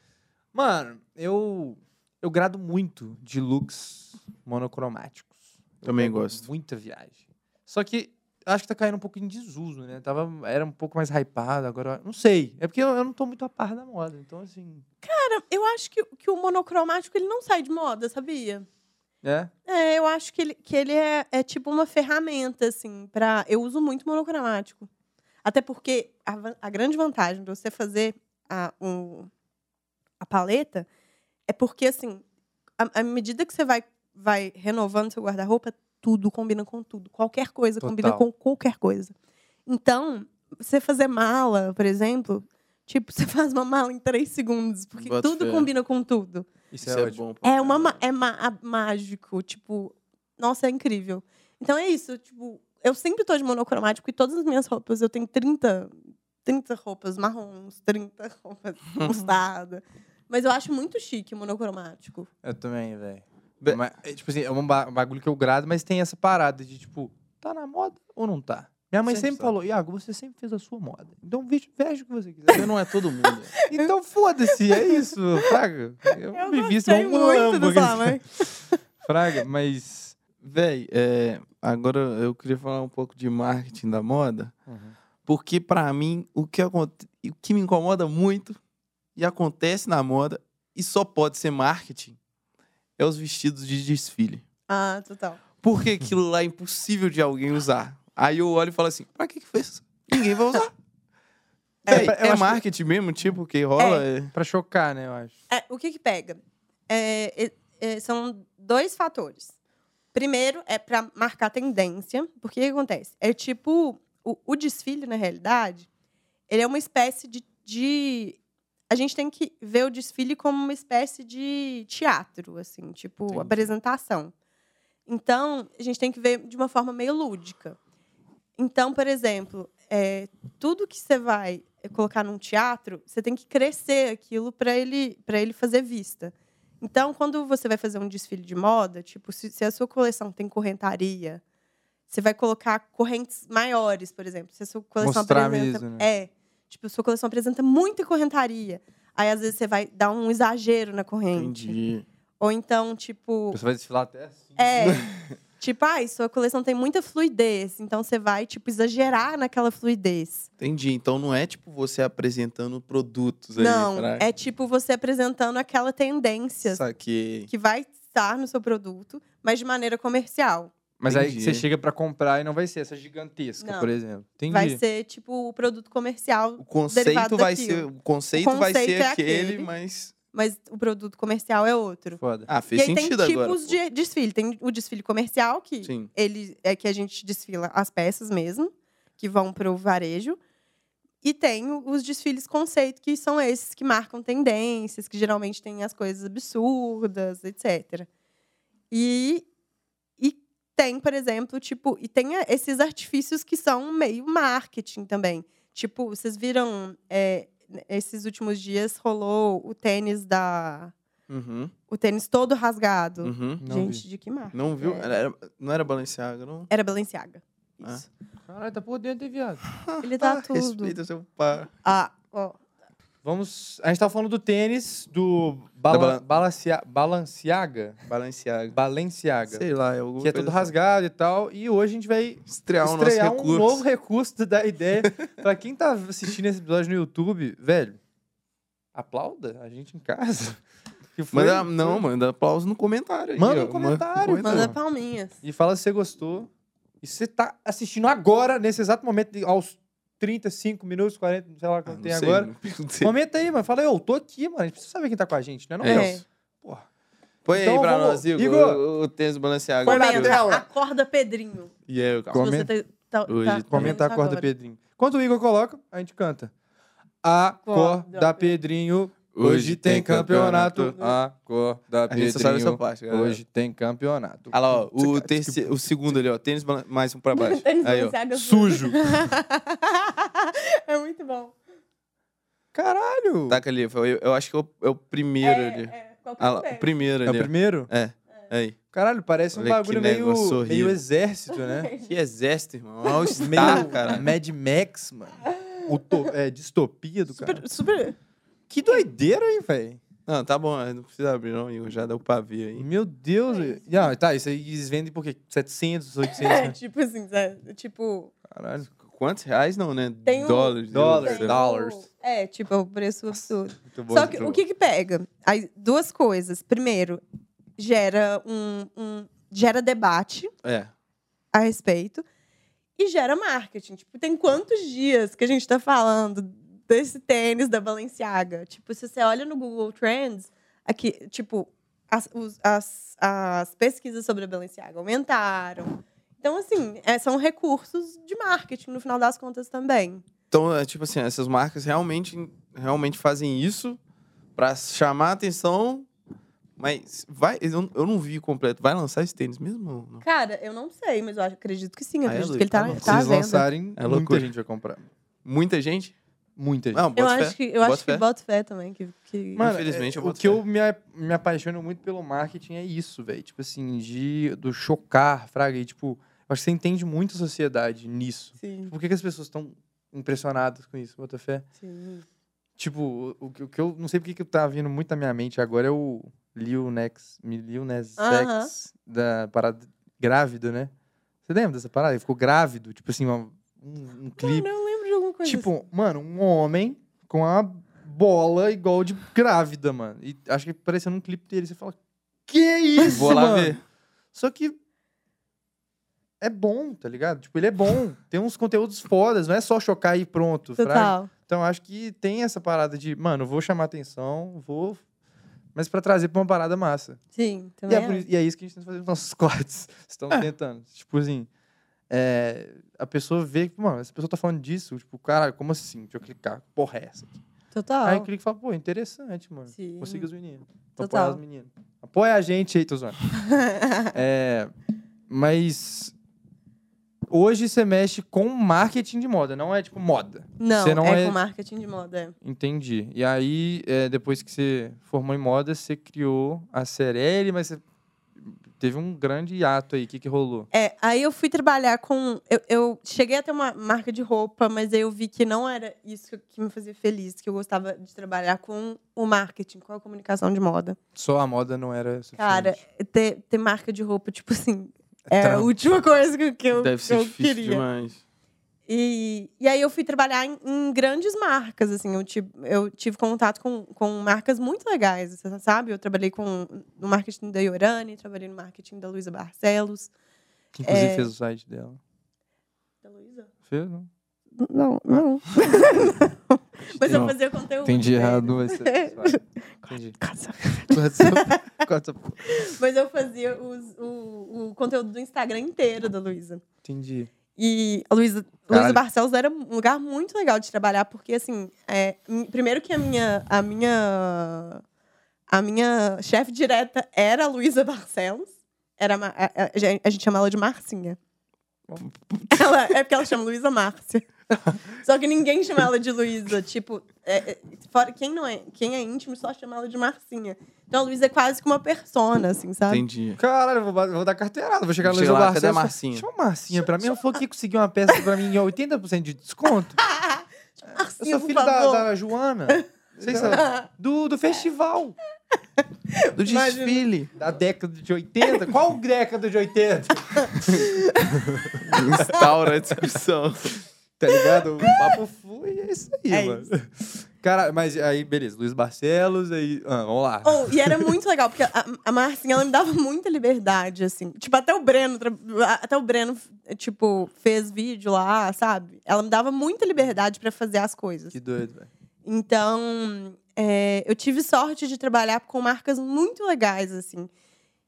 Mano, eu eu grado muito de looks monocromáticos. Eu Também pego gosto. Muita viagem. Só que acho que tá caindo um pouco em desuso, né? Tava, era um pouco mais hypado, agora. Não sei. É porque eu, eu não tô muito a par da moda. Então, assim. Cara, eu acho que, que o monocromático ele não sai de moda, sabia? É? É, eu acho que ele, que ele é, é tipo uma ferramenta, assim, pra. Eu uso muito monocromático. Até porque a, van- a grande vantagem de você fazer a, o- a paleta é porque, assim, à à medida que você vai, vai renovando seu guarda-roupa, tudo combina com tudo. Qualquer coisa combina Total. com qualquer coisa. Então, você fazer mala, por exemplo, tipo, você faz uma mala em três segundos, porque Boto tudo fé. combina com tudo. Isso, Isso é, é ótimo. bom. pra É uma ma- caralho. é ma- a- mágico, tipo, nossa, é incrível. Então é isso, tipo, eu sempre tô de monocromático e todas as minhas roupas, eu tenho 30, 30 roupas marrons, 30 roupas mostarda. Mas eu acho muito chique o monocromático. Eu também, velho. Be- Mas, é, Tipo assim, é um ba- um bagulho que eu grado, mas tem essa parada de, tipo, tá na moda ou não tá? Minha mãe Sempre sempre, tá. falou, Iago, você sempre fez a sua moda. Então veja, veja o que você quiser. Você não é todo mundo. Então foda-se, é isso, Fraga. Eu, Eu me visto gostei igual um muito lambo, da sua mãe. Fraga, mas. Véi, é, agora eu queria falar um pouco de marketing da moda, porque pra mim o que, aconte- o que me incomoda muito e acontece na moda e só pode ser marketing é os vestidos de desfile. Ah, total. Porque aquilo lá é impossível de alguém usar. Aí eu olho e falo assim: pra que que fez? Ninguém vai usar. É, Véi, pra- eu é acho marketing mesmo, tipo, que rola. é- Pra chocar, né, eu acho. É, o que que pega? É, e- é, são dois fatores. Primeiro é para marcar tendência, porque o que acontece? É tipo o, o desfile na realidade, ele é uma espécie de, de- a gente tem que ver o desfile como uma espécie de teatro, assim, tipo Entendi. apresentação. Então a gente tem que ver de uma forma meio lúdica. Então, por exemplo, é, tudo que você vai colocar num teatro, você tem que crescer aquilo para ele, pra ele fazer vista. Então, quando você vai fazer um desfile de moda, tipo, se, se a sua coleção tem correntaria, você vai colocar correntes maiores, por exemplo. Se a sua coleção Mostrar apresenta, mesmo, né? é, tipo, a sua coleção apresenta muita correntaria. Aí às vezes você vai dar um exagero na corrente. Entendi. Ou então, tipo, Você vai desfilar até assim. é. tipo, ai, sua coleção tem muita fluidez, então você vai, tipo, exagerar naquela fluidez. Entendi. Então não é tipo você apresentando produtos aí. Não, pra- é tipo você apresentando aquela tendência Saquei. que vai estar no seu produto, mas de maneira comercial. Mas aí Entendi. você chega pra comprar e não vai ser essa gigantesca, Não. por exemplo. Entendi. Vai ser, tipo, o produto comercial, O conceito Derivado vai daquilo. ser, o conceito, O vai conceito ser é aquele, aquele. mas mas o produto comercial é outro. Foda. ah, fez e aí tem sentido tipos agora. pô. de desfile. Tem o desfile comercial, que Sim. ele é que a gente desfila as peças mesmo, que vão pro varejo. E tem o- os desfiles conceito, que são esses que marcam tendências, que geralmente têm as coisas absurdas, etc. E, e tem, por exemplo, tipo, e tem a- esses artifícios que são meio marketing também. Tipo, vocês viram, é, esses últimos dias rolou o tênis da. Uhum, O tênis todo rasgado. uhum. Hum, Não Gente, vi. de que marca? Não viu? É. Era- era- não era Balenciaga, não? Era Balenciaga. Ah. Isso. Caralho, tá por dentro, hein, viado? Ele Ah, tá tudo. Respeita seu pai. Ah, ó. Vamos. A gente tava falando do tênis, do bala, balan- balancia, Balenciaga. Balenciaga. Balenciaga. Sei lá, é alguma que é coisa todo assim. rasgado e tal. E hoje a gente vai Estrear, o nosso estrear um recurso. novo recurso da ideia. pra quem tá assistindo esse episódio no YouTube, velho, aplauda a gente em casa. Que foi- Manda, um não, manda aplauso no comentário. aí, Manda ó. um comentário, um Manda Então. palminhas. E fala se você gostou. E se você tá assistindo agora, nesse exato momento, de- aos 35 minutos, 40, sei lá Ah, quanto não tem sei, agora. não sei. Comenta aí, mano. Fala, eu tô aqui, mano. A gente precisa saber quem tá com a gente, né? Não É. Nelson? Porra. Põe Então aí pra vamos- nós, Igor. Igor. O, o tênis Balenciaga. Põe na Igor. tela. Comenta, acorda Pedrinho. E aí, calma. Comenta. Se você tá, tá, Hoje tá Comenta a vendo corda, agora. Pedrinho. Enquanto o Igor coloca, a gente canta. Acorda, Acorda, Pedrinho. Hoje tem campeonato. Acorda, A gente só sabe essa Pedrinho. parte, galera. Hoje tem campeonato. Olha lá, ó, o, tá tipo terceiro, o segundo ali, ó. Tênis Balan- mais um pra baixo. Tênis aí, ó. Balenciaga Sujo. é muito bom. Caralho! Taca ali. foi- Eu, eu acho que é o, é o primeiro É, ali. é, qual que Ah, lá, tem? o primeiro É o ali. ó. primeiro? É. Aí. Caralho, parece um Olha que bagulho meio, negócio horrível. meio exército, né? Que exército, irmão. Olha o meio Star, cara. Mad Max, mano. Uto- é, distopia do cara. Super, super. Que doideira, hein, velho? Não, tá bom. Não precisa abrir, não, Igor. Já deu pra ver aí. Meu Deus. É isso. Não, tá, isso aí eles vendem por quê? 700, 800, É, né? tipo assim, sabe? tipo. Caralho. Quantos reais não, né? Tem um- Dólares. Dólares, tem Dólares. dá. dollars. o- É, tipo, é um preço absurdo. Muito Só que o que que pega? Aí, duas coisas. Primeiro, gera um- um gera debate. É. a respeito e gera marketing. Tipo, tem quantos dias que a gente tá falando desse tênis da Balenciaga? Tipo, se você olha no Google Trends, aqui, tipo, as, os- as- as pesquisas sobre a Balenciaga aumentaram. Então, assim, é, são recursos de marketing, no final das contas, também. Então, é tipo assim, essas marcas realmente, realmente fazem isso pra chamar a atenção. Mas vai, eu, não- eu não vi completo. Vai lançar esse tênis mesmo? ou Não. Cara, eu não sei, mas eu acho- acredito que sim. Eu Ah, é, acredito Lu, que ele tá, tá bom. Se tá à eles venda. lançarem, É muita loucura. gente vai comprar. Muita gente? Muita gente. Não, Eu bota fé. acho que, eu acho Bota que fé. boto fé também. Que, que... Infelizmente, é, eu o boto que fé. eu me, a- me apaixono muito pelo marketing é isso, velho. Tipo assim, de, do chocar, fraga. E, tipo, eu acho que você entende muito a sociedade nisso. Tipo, Sim, Por que, que as pessoas estão impressionadas com isso, bota fé? sim. Tipo, o, o que- o que eu não sei porque que tá vindo muito na minha mente agora é o Lil Nex, Mi- Lil Nas Aham. X da parada grávida, né? Você lembra dessa parada? Ele ficou grávido, tipo assim, uma- um, um clipe. Mano, eu lembro de alguma coisa tipo, mano, um homem com uma bola igual de grávida, mano. E acho que parecendo um clipe dele. Você fala, que isso, Vou lá mano? ver. Só que é bom, tá ligado? Tipo, ele é bom. Tem uns conteúdos fodas, não é só chocar e pronto. assim. fraga. Total. Então, acho que tem essa parada de, mano, vou chamar atenção, vou. Mas pra trazer pra uma parada massa. Sim, E também. é, por isso- e é isso que a gente tenta fazer nos nossos cortes. Estão tentando. Tipo assim. é, a pessoa vê que, mano, essa pessoa tá falando disso. Tipo, caralho, como assim? Deixa eu clicar. Que Porra, é essa. Total. Aí clica e fala, pô, interessante, mano. Sim. Consiga os meninos. Apoia Total. os meninos. Apoia a gente aí, tô zoando. É, mas. Hoje você mexe com marketing de moda, não é tipo moda. não, Você não é, é- com marketing de moda. é. Entendi. E aí, é, depois que você formou em moda, você criou a Cerele, mas você teve um grande hiato aí. O que, que rolou? É, aí eu fui trabalhar com. Eu, eu cheguei a ter uma marca de roupa, mas aí eu vi que não era isso que me fazia feliz, que eu gostava de trabalhar com o marketing, com a comunicação de moda. Só a moda não era suficiente. Cara, ter, ter marca de roupa, tipo assim, é a trampo. última coisa que, que eu, Deve que ser eu difícil queria. demais. E, e aí eu fui trabalhar em, em grandes marcas, assim. Eu tive, eu tive contato com, com marcas muito legais, você sabe? Eu trabalhei com, no marketing da Yorani, trabalhei no marketing da Luísa Barcelos. que inclusive é- fez o site dela. Da Luísa? Fez, não? Não, Ah. não. Mas Não. eu fazia conteúdo. Entendi pra errado, mas você fez o site. Entendi. eles. Corta essa- corta essa- Mas eu fazia os- o, o conteúdo do Instagram inteiro da Luísa. Entendi. E a Luísa Luísa Caralho. Barcelos era um lugar muito legal de trabalhar, porque, assim, é, mi- primeiro que a minha, a minha, a minha chefe direta era a Luísa Barcelos. Era a, Ma- a- a- a gente chama ela de Marcinha. Ela, é porque ela chama Luísa Márcia. Só que ninguém chama ela de Luísa. Tipo, é, é, fora, quem, não é, quem é íntimo só chama ela de Marcinha. Então a Luísa é quase que uma persona, assim, sabe? Entendi. Caralho, eu vou, ba- vou dar carteirada. Vou chegar lá Chega e vou lá, Barcelos. cadê a e falar, Marcinha? Chama a Marcinha pra mim. Ela falou que conseguiu uma peça pra mim em 80% de desconto. Eu Marcinha, sou por filho da, favor. da Joana. Vocês sabem? Do, do festival. Do Imagina. desfile. Da década de 80? Qual década de 80? Instaura a descrição. Tá ligado? O papo flui e é isso aí, É mano. Cara, mas aí, beleza. Luiz Barcelos, aí... Ah, vamos lá. Oh, e era muito legal, porque a, a Marcinha, ela me dava muita liberdade, assim. Tipo, até o Breno, tra- até o Breno, tipo, fez vídeo lá, sabe? Ela me dava muita liberdade pra fazer as coisas. Que doido, velho. Então, é, eu tive sorte de trabalhar com marcas muito legais, assim.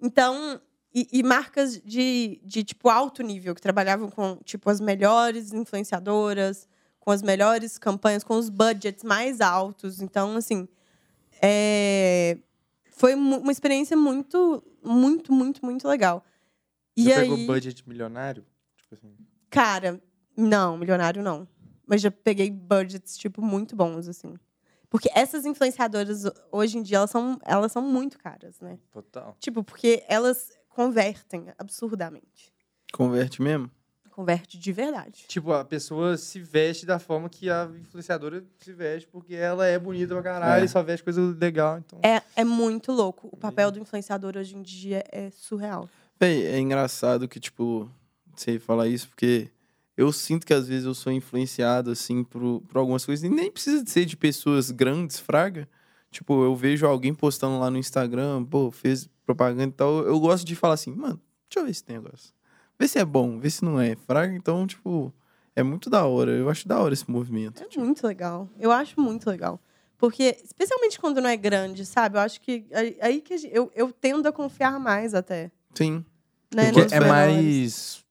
Então, e, e marcas de, de, tipo, alto nível, que trabalhavam com, tipo, as melhores influenciadoras, com as melhores campanhas, com os budgets mais altos. Então, assim, é, foi mu- uma experiência muito, muito, muito, muito legal. E Você aí, pegou budget milionário? Tipo assim... cara, não, milionário não. Mas já peguei budgets, tipo, muito bons, assim. Porque essas influenciadoras, hoje em dia, elas são, elas são muito caras, né? Total. Tipo, porque elas convertem absurdamente. Converte mesmo? Converte de verdade. Tipo, a pessoa se veste da forma que a influenciadora se veste, porque ela é bonita pra caralho É. e só veste coisa legal. Então... É, é muito louco. O papel do influenciador hoje em dia é surreal. Bem, é engraçado que, tipo, você falar isso, porque eu sinto que às vezes eu sou influenciado, assim, por, por algumas coisas. E nem precisa de ser de pessoas grandes, fraga. Tipo, eu vejo alguém postando lá no Instagram, pô, fez propaganda e tal. Eu gosto de falar assim, mano, deixa eu ver esse negócio. Vê se é bom, vê se não é. Fraga, então, tipo, é muito da hora. Eu acho da hora esse movimento. É tipo. muito legal. Eu acho muito legal. Porque, especialmente quando não é grande, sabe? Eu acho que. aí- Aí que a gen- eu, eu tendo a confiar mais até. Sim. Né? Porque nos é Nossa, menores. mais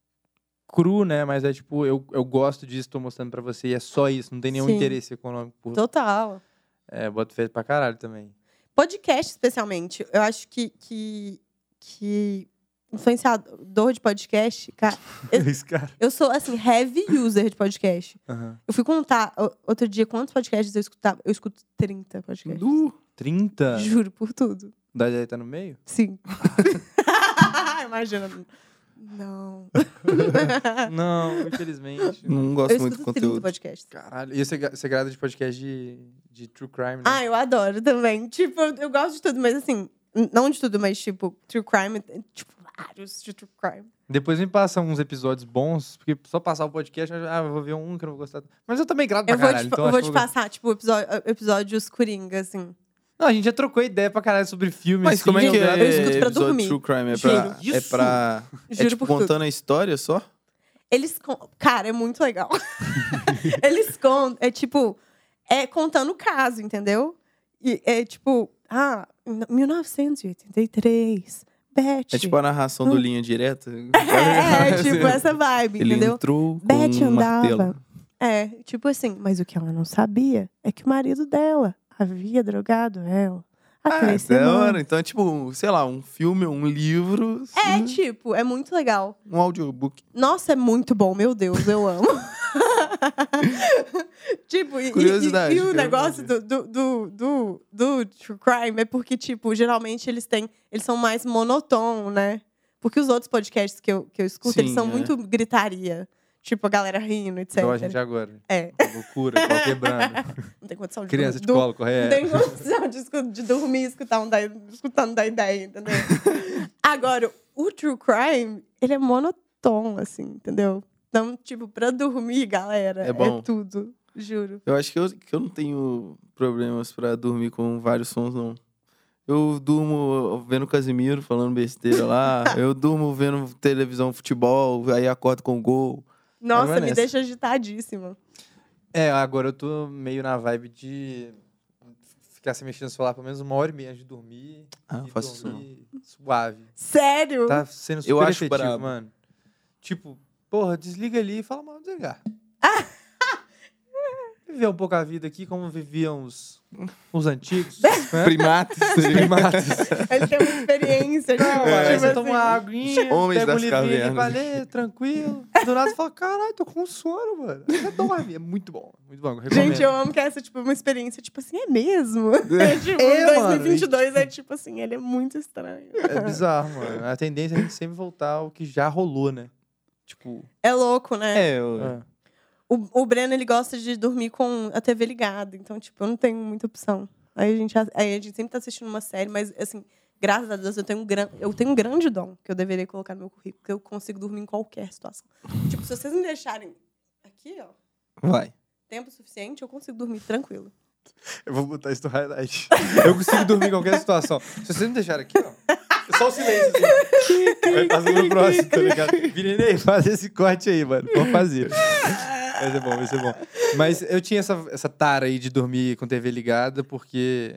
cru, né? Mas é tipo, eu, eu gosto disso, tô mostrando pra você e é só isso. Não tem nenhum Sim. interesse econômico por... Total. É, boto feito pra caralho também. Podcast, especialmente. Eu acho que. que, que influenciador de podcast. Cara, Esse cara. eu sou, assim, heavy user de podcast. Eu fui contar o- outro dia quantos podcasts eu escutava. Eu escuto 30 podcasts. Du. 30? Juro por tudo. O Dajai tá no meio? Sim. Imagina. Não. Não, infelizmente. Não eu gosto muito do escuto 30 conteúdo. podcasts. Caralho. E você, gra- você grada de podcast de, de true crime, né? Ah, eu adoro também. Tipo, eu, eu gosto de tudo, mas assim, n- não de tudo, mas tipo, true crime, tipo, vários de true crime. Depois me passa uns episódios bons, porque só passar o podcast, eu já- ah, eu vou ver um que eu não vou gostar. Mas eu também grado pra Eu vou, caralho. te, então eu acho vou que te eu vou- passar, tipo, episódio, episódios coringa, assim. Não, a gente já trocou ideia pra caralho sobre filme. Mas assim, como é que eu é escuto pra episódio dormir. True Crime? É Juro. pra... É Isso. pra... É Juro tipo por tudo. contando a história só? É Eles. con- Cara, é muito legal. Eles contam. É tipo. É contando o caso, entendeu? E é tipo. Ah, em 1983. Beth. É tipo a narração do Linha Direta? Hum. É, é, tipo essa vibe, Ele entendeu? entrou com Beth um andava. martelo. É, tipo assim, mas o que ela não sabia é que o marido dela havia drogado ela há Ah, três isso é da hora. semanas. Então é tipo, sei lá, um filme, um livro, É, um- tipo, é muito legal. um audiobook. Nossa, é muito bom, meu Deus, eu amo. tipo, e, e- Curiosidade, e o curiosidade. negócio do, do, do, do, do true crime é porque, tipo, geralmente eles têm. Eles são mais monotom, né? Porque os outros podcasts que eu, que eu escuto, eles Sim, são é. muito gritaria. Tipo, a galera rindo, etc. Igual Então a gente agora. É. Uma Loucura, pau quebrando. Não tem condição de Criança de do- colo, Não correto. tem condição de, escu- um de dormir escutando da, escutando da ideia, entendeu? Agora, o true crime, ele é monotom, assim, entendeu? Então, tipo, pra dormir, galera, É é, bom. tudo. Juro. Eu acho que eu, que eu não tenho problemas pra dormir com vários sons, não. Eu durmo vendo Casimiro falando besteira lá. eu durmo vendo televisão, futebol, aí acordo com gol. Nossa, Agora me nessa. deixa agitadíssima. É, agora eu tô meio na vibe de ficar se mexendo no celular pelo menos uma hora e meia antes de dormir. Ah, e eu faço isso não. dormir suave. Sério? Tá sendo super Eu acho efetivo, brabo. mano. Tipo, Porra, desliga ali e fala mal, desligar. Viver um pouco a vida aqui, como viviam os, os antigos. né? Primatas. Primatas. Eles têm É uma experiência. É, tipo, Não, aí tipo É, você assim. toma uma aguinha, Homens pega um das livrinho ali pra cavernas. ler, tranquilo. Do nada você fala, caralho, tô com sono, mano. Até dorme. É muito bom, muito bom. eu Recomendo. Gente, eu amo que essa, tipo, uma experiência, tipo assim, é mesmo? É, tipo, É, mano, 2022 é tipo assim, ele é muito estranho. É bizarro, mano. A tendência é a gente sempre voltar ao que já rolou, né? Tipo... É louco, né? É, eu... ah. O, o Breno, ele gosta de dormir com a TV ligada, então, tipo, eu não tenho muita opção. Aí a gente, a- aí a gente sempre tá assistindo uma série, mas, assim, graças a Deus, eu tenho um, gran, eu tenho um grande dom que eu deveria colocar no meu currículo, que eu consigo dormir em qualquer situação. tipo, se vocês me deixarem aqui, ó, Vai. tempo suficiente, eu consigo dormir tranquilo. Eu vou botar isso no highlight. Eu consigo dormir em qualquer situação. Se vocês me deixarem aqui, ó. é Só o silêncio, assim. Vai passando no próximo, tá ligado? Virinei, faz esse corte aí, mano. Vou fazer. Vai ser bom, vai ser bom. Mas eu tinha essa, essa tara aí de dormir com TV ligada, porque...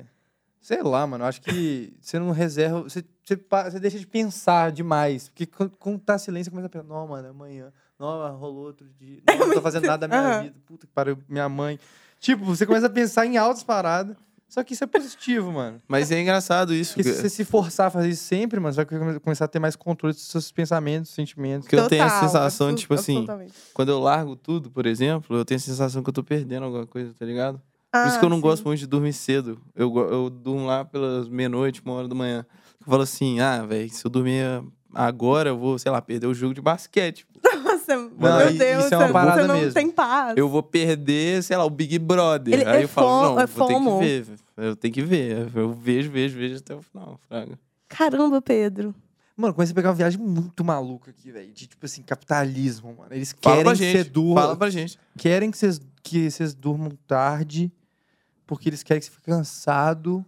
Sei lá, mano. eu Acho que você não reserva... Você, você, pa- você deixa de pensar demais. Porque quando, quando tá silêncio, você começa a pensar... Não, mano, é amanhã. Não, rolou outro dia. Não, não tô fazendo nada da minha Aham. vida. Puta que pariu, minha mãe. Tipo, você começa a pensar em altas paradas. Só que isso é positivo, mano. Mas é engraçado isso. Porque se você se forçar a fazer isso sempre, mano, você vai come- começar a ter mais controle dos seus pensamentos, sentimentos. Porque eu tenho a Total, sensação, absu- tipo assim, absolutamente. quando eu largo tudo, por exemplo, eu tenho a sensação que eu tô perdendo alguma coisa, tá ligado? Por isso Ah, que eu não sim. gosto muito de dormir cedo. Eu, go- eu durmo lá pelas meia-noite, uma hora da manhã. Eu falo assim, ah, velho, se eu dormir agora, eu vou, sei lá, perder o jogo de basquete. Nossa, Não, meu isso Deus, é uma você- parada você não mesmo. tem paz. Eu vou perder, sei lá, o Big Brother. Ele- Aí é eu falo, fo- não, é vou ter que FOMO. ver. velho. Eu tenho que ver. Eu vejo, vejo, vejo até o final, fraga. Caramba, Pedro. Mano, comecei a pegar uma viagem muito maluca aqui, velho. De, tipo assim, capitalismo, mano. Eles Fala querem pra que você gente. Fala durma. pra gente. Querem que vocês que vocês durmam tarde. Porque eles querem que você fique cansado.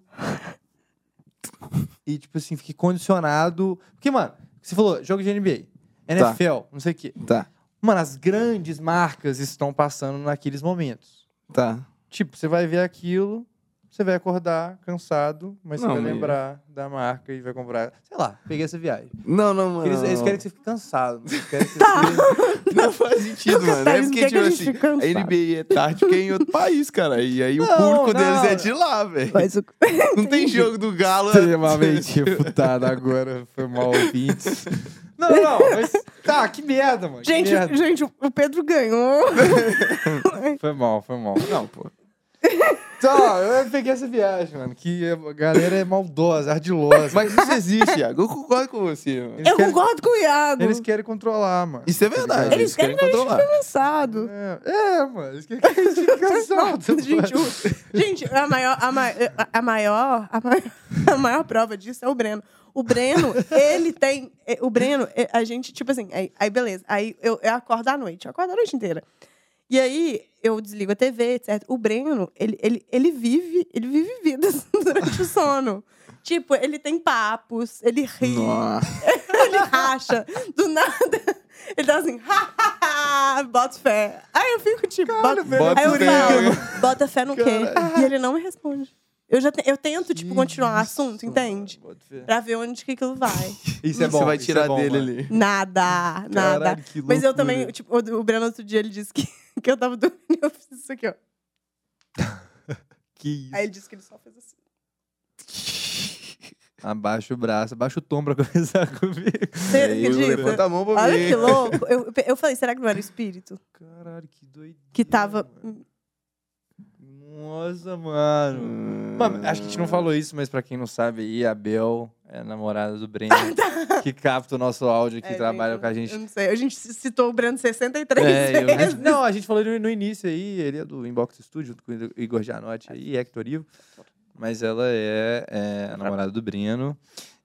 e, tipo assim, fique condicionado. Porque, mano, você falou, jogo de NBA, NFL, não sei o quê. Tá, Mano, as grandes marcas estão passando naqueles momentos. tá. Tipo, você vai ver aquilo, você vai acordar cansado, mas Não, você vai mas- lembrar da marca e vai comprar. Sei lá, peguei essa viagem. Não, não, mano. Porque eles, não, eles não. querem que você fique cansado. Eles querem que você... Não faz sentido, mano. É Capitalismo porque, quer que tipo a gente assim, fique cansado. a NBA é tarde porque é em outro país, cara. E aí o Não, público não. deles é de lá, velho. Mas o... Não tem jogo do Galo. Extremamente refutado agora, foi mal ouvinte. Não, não, não, mas... Tá, que merda, mano. que Gente, merda. o- gente, o Pedro ganhou. Foi mal, foi mal. Não, pô. Então, eu peguei essa viagem, mano, que a galera é maldosa, ardilosa. Mas isso existe, Iago. Eu concordo com você, mano. Eles Eu querem- concordo com o Iago. Eles querem controlar, mano. Isso é verdade. Eles Tá Eles querem querem controlar. Cansado. É, é, mano. Eles querem que a gente fique cansado. gente, mano. o- gente, a maior, a, ma- a- a maior, a maior, a maior prova disso é o Breno. O Breno, ele tem, eh, o Breno, eh, a gente tipo assim, aí, aí beleza, aí eu, eu acordo à noite, eu acordo a noite inteira. E aí eu desligo a TV, etc. O Breno, ele, ele, ele vive, ele vive vidas durante o sono. Tipo, ele tem papos, ele ri, Nossa. ele racha, do nada. Ele tá assim, ha, ha, ha, bota fé. Aí eu fico tipo, bota, velho, aí eu bota fé. falo, bota fé no quê? E ele não me responde. Eu, já te- eu tento, tipo, continuar o assunto, entende? Pra ver onde que aquilo vai. Isso é bom. Você vai isso tirar é bom, dele mano. ali. Nada, nada. Caralho, que Mas eu loucura. também, tipo, o, o Breno outro dia ele disse que, que eu tava dormindo e eu fiz isso aqui, ó. Que isso. Aí ele disse que ele só fez assim. Abaixa o braço, abaixa o tom pra conversar comigo. Você Aí eu levanto acredita? a mão um pra Olha ver. que louco. Eu, eu falei, será que não era o espírito? Caralho, que doideira. Que tava. mano. Nossa, mano. Hum. Mano, acho que a gente não falou isso, mas pra quem não sabe aí, a Bel é a namorada do Breno, que capta o nosso áudio, que Ah, tá. É, trabalha gente, com a gente. Eu não sei. A gente citou o Breno 63 É, eu- a vezes. gente- não, a gente falou no, no início aí, ele é do Inbox Studio, junto com o Igor Gianotti aí, Hector Ivo. Mas ela é, é, a namorada do Breno.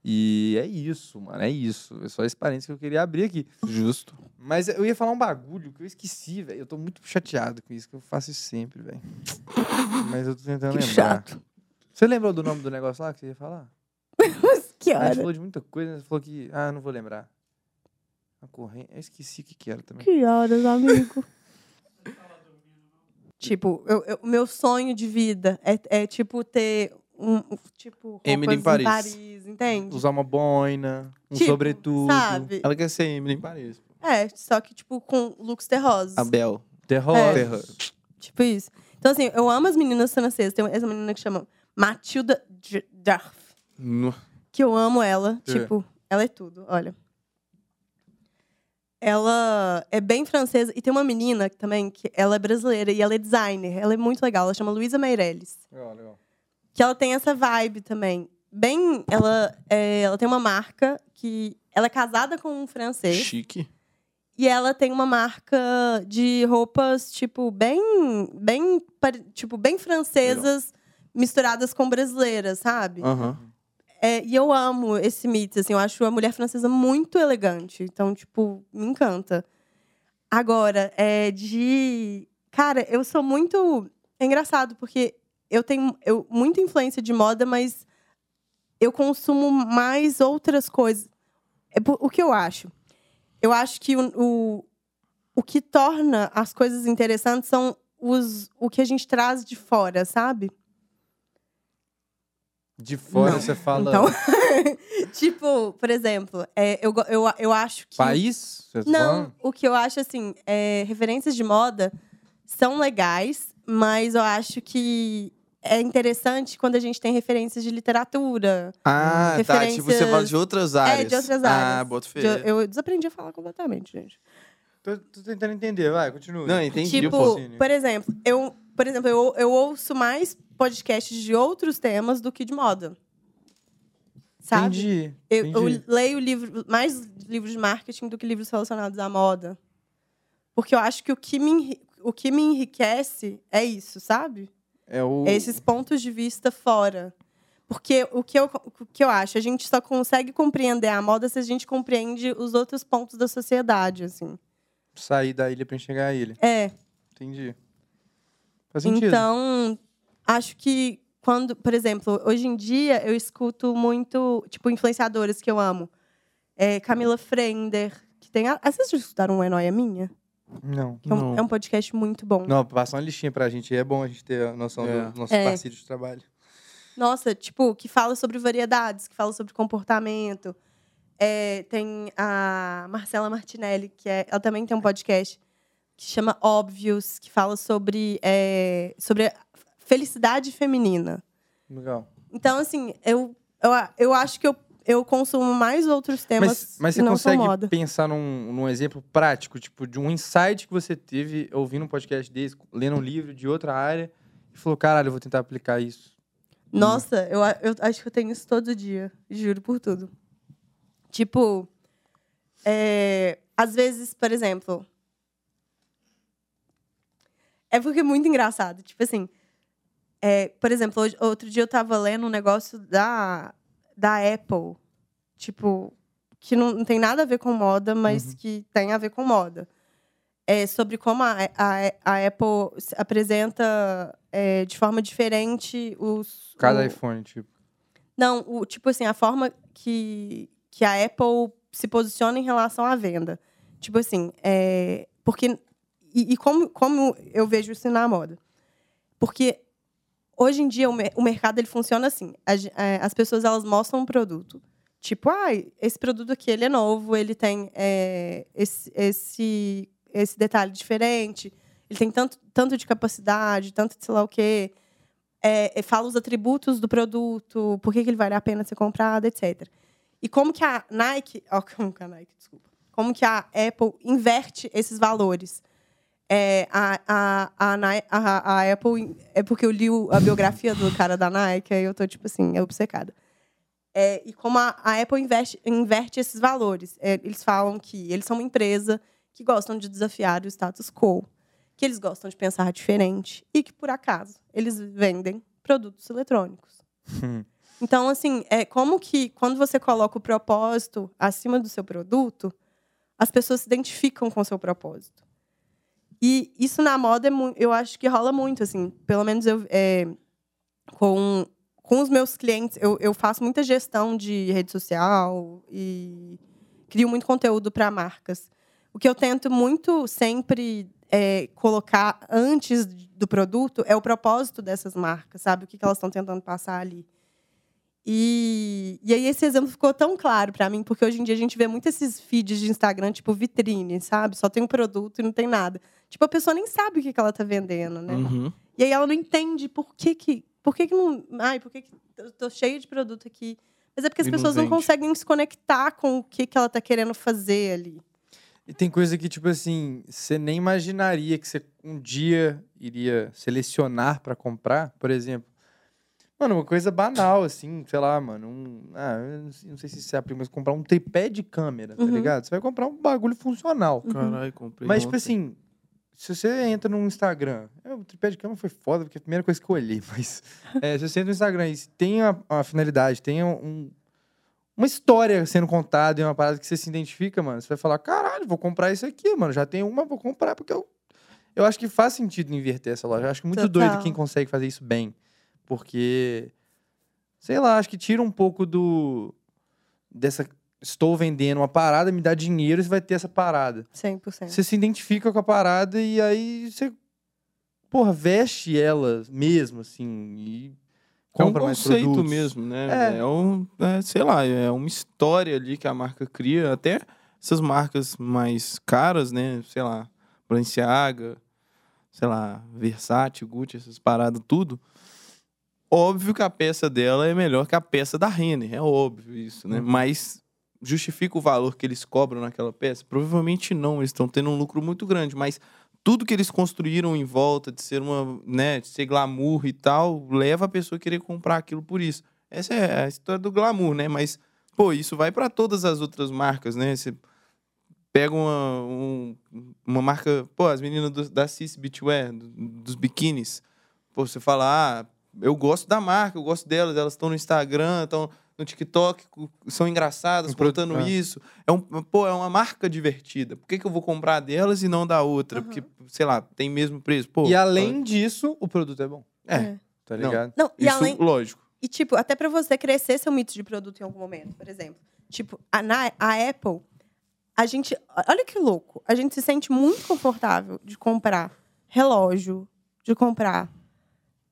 E é isso, mano, é isso. É só esse parênteses que eu queria abrir aqui. Justo. Mas eu ia falar um bagulho que eu esqueci, velho. Eu tô muito chateado com isso, que eu faço isso sempre, velho. Mas eu tô tentando Que lembrar. chato. Você lembrou do nome do negócio lá que você ia falar? Mas que A gente hora? falou de muita coisa, né? Você falou que. Ah, não vou lembrar. A corrente. Eu esqueci o que, que era também. Que horas, amigo? tipo, eu- eu- o meu sonho de vida é, é, tipo ter um um, tipo roupas Emily em em Paris. Paris, entende? Usar uma boina, um Tipo, sobretudo. Sabe? Ela quer ser Emily em Paris. pô. É, só que, tipo, com looks terrosos. Abel. Terror. É. Terra. Tipo isso. Então, assim, eu amo as meninas francesas. Tem essa menina que chama Matilda Dr- Darf, No- que eu amo ela. É. Tipo, ela é tudo, olha. Ela é bem francesa. E tem uma menina que também, que ela é brasileira e ela é designer. Ela é muito legal. Ela chama Luísa Meirelles. Legal, legal. Que ela tem essa vibe também. Bem, ela, é, ela tem uma marca que... Ela é casada com um francês. Chique. E ela tem uma marca de roupas, tipo, bem. bem pare- tipo, bem francesas, misturadas com brasileiras, sabe? Aham. É, e eu amo esse mito, assim, eu acho a mulher francesa muito elegante. Então, tipo, me encanta. Agora, é de. Cara, eu sou muito. É engraçado, porque eu tenho eu, muita influência de moda, mas eu consumo mais outras coisas. É por- o que eu acho? Eu acho que o, o, o que torna as coisas interessantes são os, o que a gente traz de fora, sabe? De fora Não. você fala Então, tipo, por exemplo, é, eu, go- eu, eu acho que. país? Você tá Não, falando? o que eu acho assim, é, referências de moda são legais, mas eu acho que é interessante quando a gente tem referências de literatura. Ah, tá. Tipo, você fala Referências- de outras áreas. É, de outras Ah, áreas. boto fé. De- eu desaprendi a falar completamente, gente. Tô, tô tentando entender, vai, continua. Não, entendi. tipo, pô. por exemplo, eu, por exemplo, eu, eu ouço mais podcasts de outros temas do que de moda. Sabe? Entendi. Eu, eu entendi. leio livro, mais livros de marketing do que livros relacionados à moda. Porque eu acho que o que me, enri- o que me enriquece é isso, sabe? É o... É esses pontos de vista fora. Porque o que, eu, o que eu acho, a gente só consegue compreender a moda se a gente compreende os outros pontos da sociedade, assim. Sair da ilha pra enxergar a ilha. É, Entendi. Faz sentido. Então, acho que quando, por exemplo, hoje em dia eu escuto muito, tipo, influenciadores que eu amo. É, Camila Frender, que tem. a- Ah, vocês já escutaram Uma Noia Minha? Não. Que é um, Não. é um podcast muito bom. Não, passar uma listinha pra gente. É bom a gente ter a noção É. do nosso É. parceiro de trabalho. Nossa, tipo, que fala sobre variedades, que fala sobre comportamento. É, tem a Marcela Martinelli, que é, ela também tem um podcast que chama Óbvios, que fala sobre, é, sobre a felicidade feminina. Legal. Então, assim, eu, eu, a- eu acho que eu, eu consumo mais outros temas Mas, mas você que não são consegue moda. pensar num, num exemplo prático, tipo, de um insight que você teve ouvindo um podcast desse, lendo um livro de outra área, e falou, caralho, eu vou tentar aplicar isso. Nossa, eu, a- eu acho que eu tenho isso todo dia. Juro por tudo. Tipo, é, às vezes, por exemplo. É porque é muito engraçado. Tipo assim, é, por exemplo, hoje- outro dia eu tava lendo um negócio da, da Apple. Tipo, que não, não tem nada a ver com moda, mas que tem a ver com moda. É sobre como a, a, a Apple se apresenta é, de forma diferente os. Cada o- iPhone, tipo. não, o, tipo assim, a forma que, que a Apple se posiciona em relação à venda. Tipo assim, é, porque. E, e como, como eu vejo isso na moda? Porque hoje em dia o, mer- o mercado ele funciona assim: a ge- é, as pessoas elas mostram um produto. Tipo, ah, esse produto aqui ele é novo, ele tem é, esse, esse, esse detalhe diferente, ele tem tanto, tanto de capacidade, tanto de sei lá o quê é, é, fala os atributos do produto, por que, que ele vale a pena ser comprado, etc. E como que a Nike, ó, como que a Nike, desculpa, como que a Apple inverte esses valores? É, a, a, a, Ni- a- a Apple, é porque eu li o- a biografia do cara da Nike, aí eu tô, tipo assim, obcecada. É, e como a, a Apple investe- inverte esses valores. É, eles falam que eles são uma empresa que gostam de desafiar o status quo que eles gostam de pensar diferente e que, por acaso, eles vendem produtos eletrônicos. Hum. então, assim, é como que quando você coloca o propósito acima do seu produto, as pessoas se identificam com o seu propósito. E isso na moda, é mu- eu acho que rola muito, assim, pelo menos eu, é, com, com os meus clientes, eu, eu faço muita gestão de rede social e crio muito conteúdo para marcas. O que eu tento muito sempre é, colocar antes do produto é o propósito dessas marcas, sabe? O que, que elas estão tentando passar ali. E, e aí esse exemplo ficou tão claro para mim, porque hoje em dia a gente vê muito esses feeds de Instagram, tipo vitrine, sabe? Só tem um produto e não tem nada. Tipo, a pessoa nem sabe o que, que ela tá vendendo, né? Uhum. E aí ela não entende por que que... Por que que não... Ai, por que que... Eu tô cheia de produto aqui. Mas é porque as E não pessoas não, vende. conseguem se conectar com o que que ela tá querendo fazer ali. E tem coisa que, tipo assim, você nem imaginaria que você um dia iria selecionar pra comprar, por exemplo. Mano, uma coisa banal, assim, sei lá, mano, um. Ah, eu não sei- não sei se isso se aplica, mas comprar um tripé de câmera, tá Uhum. ligado? Você vai comprar um bagulho funcional. Caralho, comprei. Mas, tipo ontem. assim, se você entra no Instagram, é, o tripé de câmera foi foda, porque é a primeira coisa que eu olhei, mas é, se você entra no Instagram e se tem a, a finalidade, tem um- uma história sendo contada e uma parada que você se identifica, mano, você vai falar, caralho, vou comprar isso aqui, mano, já tem uma, vou comprar, porque eu, eu acho que faz sentido inverter essa loja. Eu acho é muito Total. doido quem consegue fazer isso bem, porque, sei lá, acho que tira um pouco do... dessa... Estou vendendo uma parada, me dá dinheiro, você vai ter essa parada. 100%. Você se identifica com a parada e aí você, porra, veste ela mesmo, assim, e É um compra mais conceito produtos. mesmo, né? É. um, é, sei lá, é uma história ali que a marca cria. Até essas marcas mais caras, né? Sei lá, Balenciaga, sei lá, Versace, Gucci, essas paradas, tudo. Óbvio que a peça dela é melhor que a peça da Renner, é óbvio isso, Uhum. né? Mas justifica o valor que eles cobram naquela peça? Provavelmente não, eles estão tendo um lucro muito grande, mas tudo que eles construíram em volta de ser uma, né, de ser glamour e tal, leva a pessoa a querer comprar aquilo por isso. Essa é a história do glamour, né? Mas pô, isso vai para todas as outras marcas, né? Você pega uma, um- uma marca, pô, as meninas do- da Cis Beachwear, do- dos biquínis, pô, você fala, ah, eu gosto da marca, eu gosto delas, elas estão no Instagram, estão no TikTok, cu- são engraçadas, Um produto, contando é. isso. É um, pô, é uma marca divertida. Por que, que eu vou comprar delas e não da outra? Aham. Porque, sei lá, tem mesmo preço. Pô, E além disso, o produto é bom, É, tá Não. ligado? Não, e isso, além, lógico. E, tipo, até para você crescer seu mito de produto em algum momento, por exemplo. Tipo, a, na, a Apple, a gente. Olha que louco. A gente se sente muito confortável de comprar relógio, de comprar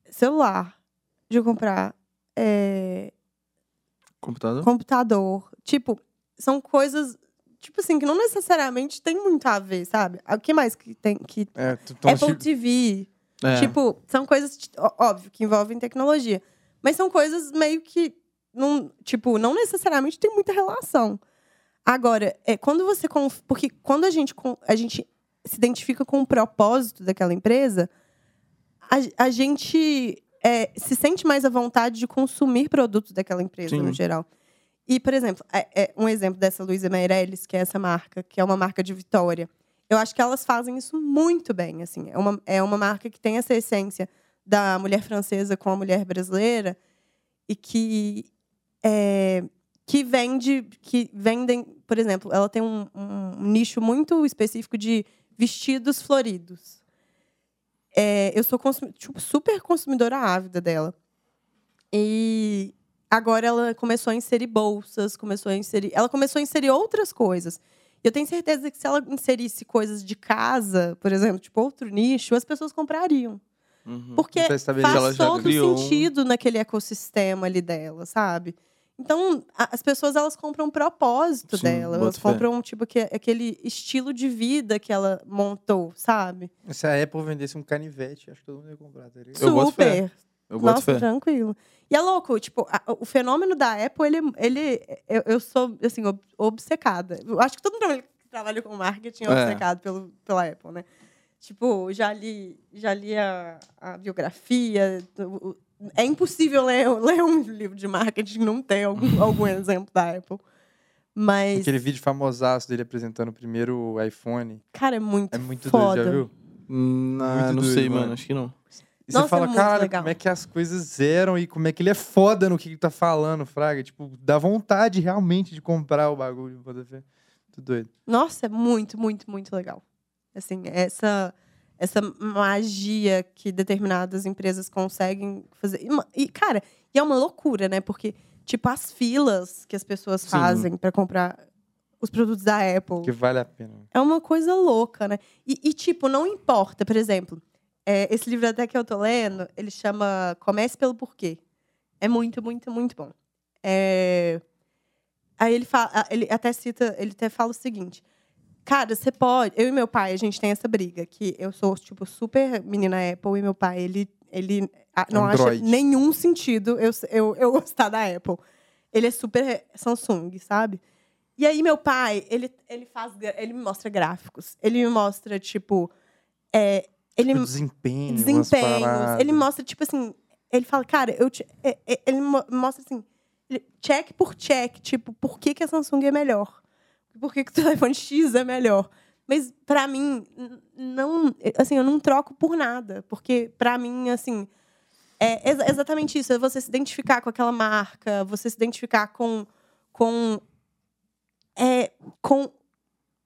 celular, de comprar eh, Computador? computador. Tipo, são coisas. Tipo assim, que não necessariamente tem muito a ver, sabe? Ah, O que mais que tem que. É, t- então, Apple tipo, TV. É. Tipo, são coisas, ti- ó- óbvio, que envolvem tecnologia. Mas são coisas meio que, não, tipo, não necessariamente tem muita relação. Agora, é, quando você... conf- Porque quando a gente, con- a gente se identifica com o propósito daquela empresa, a, a gente é, se sente mais à vontade de consumir produtos daquela empresa, Sim. no geral. E, por exemplo, é- é um exemplo dessa Luísa Meirelles, que é essa marca, que é uma marca de Vitória. Eu acho que elas fazem isso muito bem, assim. É uma, é uma marca que tem essa essência da mulher francesa com a mulher brasileira e que é, que vende, que vendem, por exemplo, ela tem um, um nicho muito específico de vestidos floridos. É, eu sou consumi- tipo, super consumidora ávida dela. E agora ela começou a inserir bolsas, começou a inserir, ela começou a inserir outras coisas. E eu tenho certeza que se ela inserisse coisas de casa, por exemplo, tipo outro nicho, as pessoas comprariam. Uhum. Porque pra estabelecer ela faz já todo criou um- sentido naquele ecossistema ali dela, sabe? Então, a- as pessoas elas compram o propósito Sim, dela, elas boto fé. compram tipo aque- aquele estilo de vida que ela montou, sabe? se a Apple vendesse um canivete, acho que todo mundo ia comprar, tá ligado? Eu boto fé. Super. Eu boto Nossa, fé. tranquilo. E é louco, tipo, a- o fenômeno da Apple, ele, ele eu, eu sou, assim, ob- obcecada. Eu acho que todo mundo que trabalha com marketing é É. obcecado pelo, pela Apple, né? Tipo, já li, já li a, a biografia. o- o- é impossível ler, ler um livro de marketing e não ter algum, algum exemplo da Apple. Mas, Aquele vídeo famosaço dele apresentando o primeiro iPhone. cara, é muito, É muito foda. doido, já viu? Hum, ah, Muito não doido, sei, mano. mano. Acho que não. E Nossa, você é fala, muito cara, legal." como é que as coisas eram e como é que ele é foda no que ele tá falando, Fraga. Tipo, dá vontade realmente de comprar o bagulho, pode ver. Muito doido. Nossa, é muito, muito, muito legal. Assim, essa essa magia que determinadas empresas conseguem fazer. E, ma- E, cara, e é uma loucura, né? Porque, tipo, as filas que as pessoas Sim. fazem para comprar os produtos da Apple. Que vale a pena. É uma coisa louca, né? E, e, tipo, não importa, por exemplo, é, esse livro até que eu tô lendo, ele chama Comece pelo Porquê. É muito, muito, muito bom. É, Aí ele, fala, a- ele até cita, ele até fala o seguinte. Cara, você pode. Eu e meu pai, a gente tem essa briga, que eu sou, tipo, super menina Apple, e meu pai, ele, ele a- não Android. acha nenhum sentido eu, eu, eu gostar da Apple. Ele é super Samsung, sabe? E aí, meu pai, ele, ele faz. gra- Ele me mostra gráficos. Ele me mostra, tipo. é, ele, O Tipo, desempenho, umas desempenhos. paradas. Ele mostra, tipo assim, ele fala, cara, eu te- é- é- ele mo- mostra assim, ele- check por check, tipo, por que, que a Samsung é melhor? Por que, que o telefone X é melhor? Mas pra mim, n- não, assim, eu não troco por nada, porque pra mim, assim, é ex- exatamente isso, é você se identificar com aquela marca, você se identificar com com é, com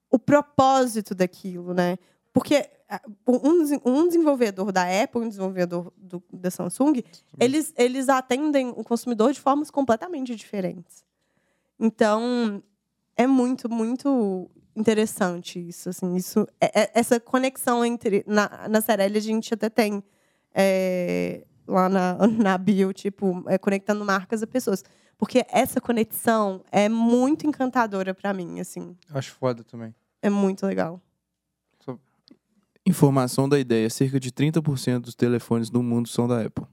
o propósito daquilo, né? Porque ah, um, desen- um desenvolvedor da Apple, um desenvolvedor do- da Samsung, eles, eles atendem o consumidor de formas completamente diferentes. Então, é muito, muito interessante isso. Assim, isso é- é- essa conexão entre. Na, na Cerelli, a gente até tem é, lá na, na bio, tipo, é, conectando marcas a pessoas. Porque essa conexão é muito encantadora para mim, assim. Eu acho foda também. É muito legal. Informação da ideia: cerca de 30% dos telefones no mundo são da Apple.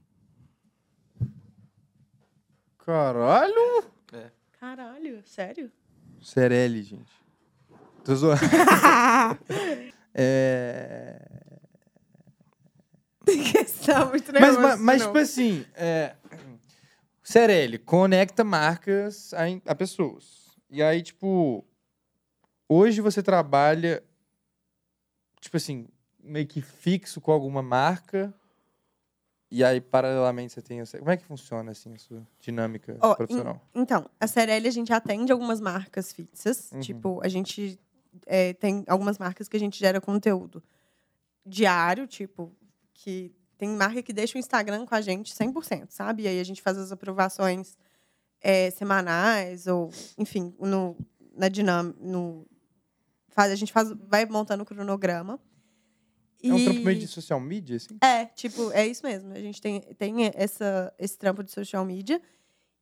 Caralho! Caralho, sério? Cerelli, gente. Tô zoando. é... Está Tá muito Mas, nervoso. ma- mas não. tipo assim, é... Cerelli conecta marcas a, em- a pessoas. E aí, tipo, hoje você trabalha, tipo assim, meio que fixo com alguma marca. E aí, paralelamente, você tem. essa- Como é que funciona, assim, a sua dinâmica Ó, em- profissional? Então, a Cerelli a gente atende algumas marcas fixas. Uhum. Tipo, a gente é, tem algumas marcas que a gente gera conteúdo diário, tipo, que tem marca que deixa o Instagram com a gente 100%, sabe? E aí a gente faz as aprovações é, semanais ou, enfim, no, na dinâmica. No, faz, a gente faz, vai montando o cronograma. É um E- trampo meio de social media, assim? é, tipo, é isso mesmo. A gente tem, tem essa, esse trampo de social media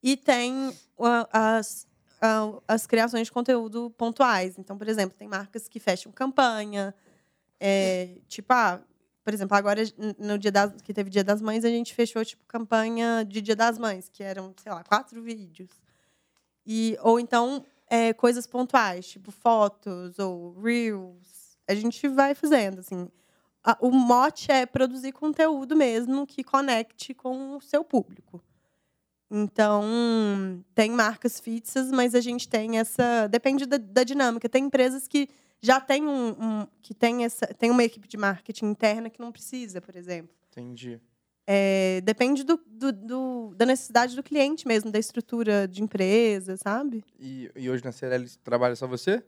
e tem ah, as, ah, as criações de conteúdo pontuais. Então, por exemplo, tem marcas que fecham campanha. é, tipo, ah, por exemplo, agora n- no dia das, que teve Dia das Mães, a gente fechou tipo campanha de Dia das Mães, que eram, sei lá, quatro vídeos. E, ou então é, coisas pontuais, tipo fotos ou reels. A gente vai fazendo, assim a- o mote é produzir conteúdo mesmo que conecte com o seu público. Então, tem marcas fixas, mas a gente tem essa. Depende da, da dinâmica. Tem empresas que já têm um, um- que tem essa. Tem uma equipe de marketing interna que não precisa, por exemplo. Entendi. É, depende do- do- do, da necessidade do cliente mesmo, da estrutura de empresa, sabe? E, e hoje na Cerelli trabalha só você?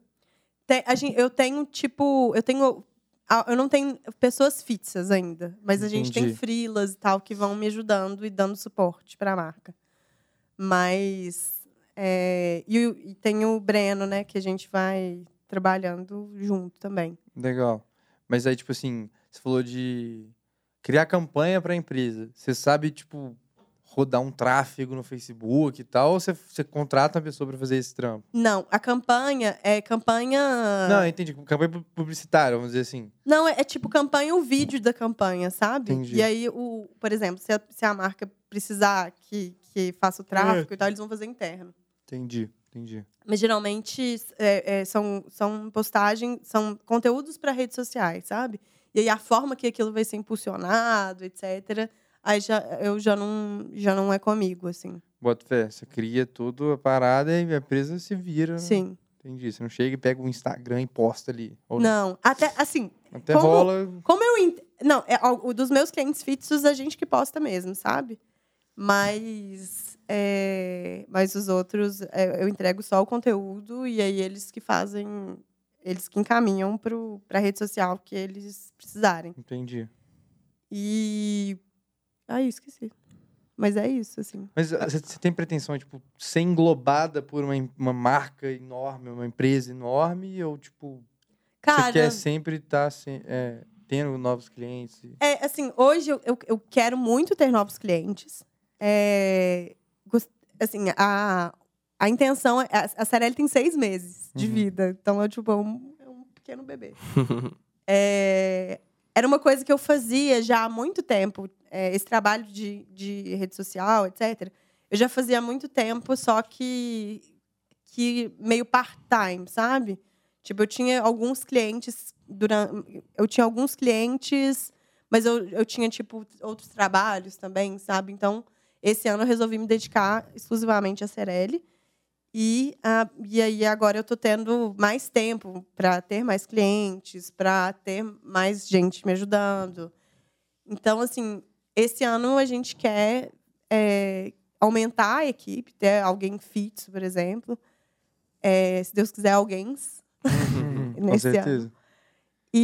Tem- a gen- eu tenho, tipo, eu tenho. a- Eu não tenho pessoas fixas ainda, mas a gente tem Entendi. frilas e tal que vão me ajudando e dando suporte para a marca. Mas. é, e, o- e tem o Breno, né, que a gente vai trabalhando junto também. Legal. Mas aí, tipo assim, você falou de criar campanha pra empresa. Você sabe, tipo, rodar um tráfego no Facebook e tal, ou você, você contrata uma pessoa pra fazer esse trampo? Não, a campanha é campanha. Não, entendi. Campanha pu- publicitária, vamos dizer assim. Não, é, é tipo campanha, o vídeo da campanha, sabe? Entendi. E aí, o, por exemplo, se a, se a marca precisar que, que faça o É. tráfego e tal, eles vão fazer interno. Entendi, entendi. Mas geralmente é, é, são, são postagens, são conteúdos para redes sociais, sabe? E aí a forma que aquilo vai ser impulsionado, etc. Aí já, eu já não, já não é comigo, assim. Bota fé, você cria toda a parada e a empresa se vira. né? Sim. Entendi. Você não chega e pega o Instagram e posta ali. Ou Não. Até, assim, Até Como- rola. como eu. ent- Não, é, o o dos meus clientes fixos a gente que posta mesmo, sabe? Mas. é, mas os outros, é, eu entrego só o conteúdo e aí eles que fazem. Eles que encaminham para a rede social que eles precisarem. Entendi. E. Ai, esqueci. Mas é isso, assim. Mas ah, você tem pretensão, tipo, ser englobada por uma, em- uma marca enorme, uma empresa enorme, ou, tipo, Cara, você quer sempre estar tendo novos clientes? e- é, assim, hoje eu, eu, eu quero muito ter novos clientes. É, gos- assim, a, a intenção. A, a Cerelli tem seis meses de Uhum. vida. Então, é tipo, é um, é um pequeno bebê. É, era uma coisa que eu fazia já há muito tempo. é, esse trabalho de, de rede social, etc. Eu já fazia há muito tempo, só que, que meio part-time, sabe? Tipo, eu tinha alguns clientes durante, eu tinha alguns clientes, mas eu, eu tinha tipo outros trabalhos também, sabe? Então, esse ano eu resolvi me dedicar exclusivamente à Cerelli. E, ah, e aí agora eu tô tendo mais tempo para ter mais clientes, para ter mais gente me ajudando. Então, assim, esse ano a gente quer eh, aumentar a equipe, ter alguém fixo, por exemplo. Eh, se Deus quiser, alguém. Com Uhum. Nesse ano. certeza.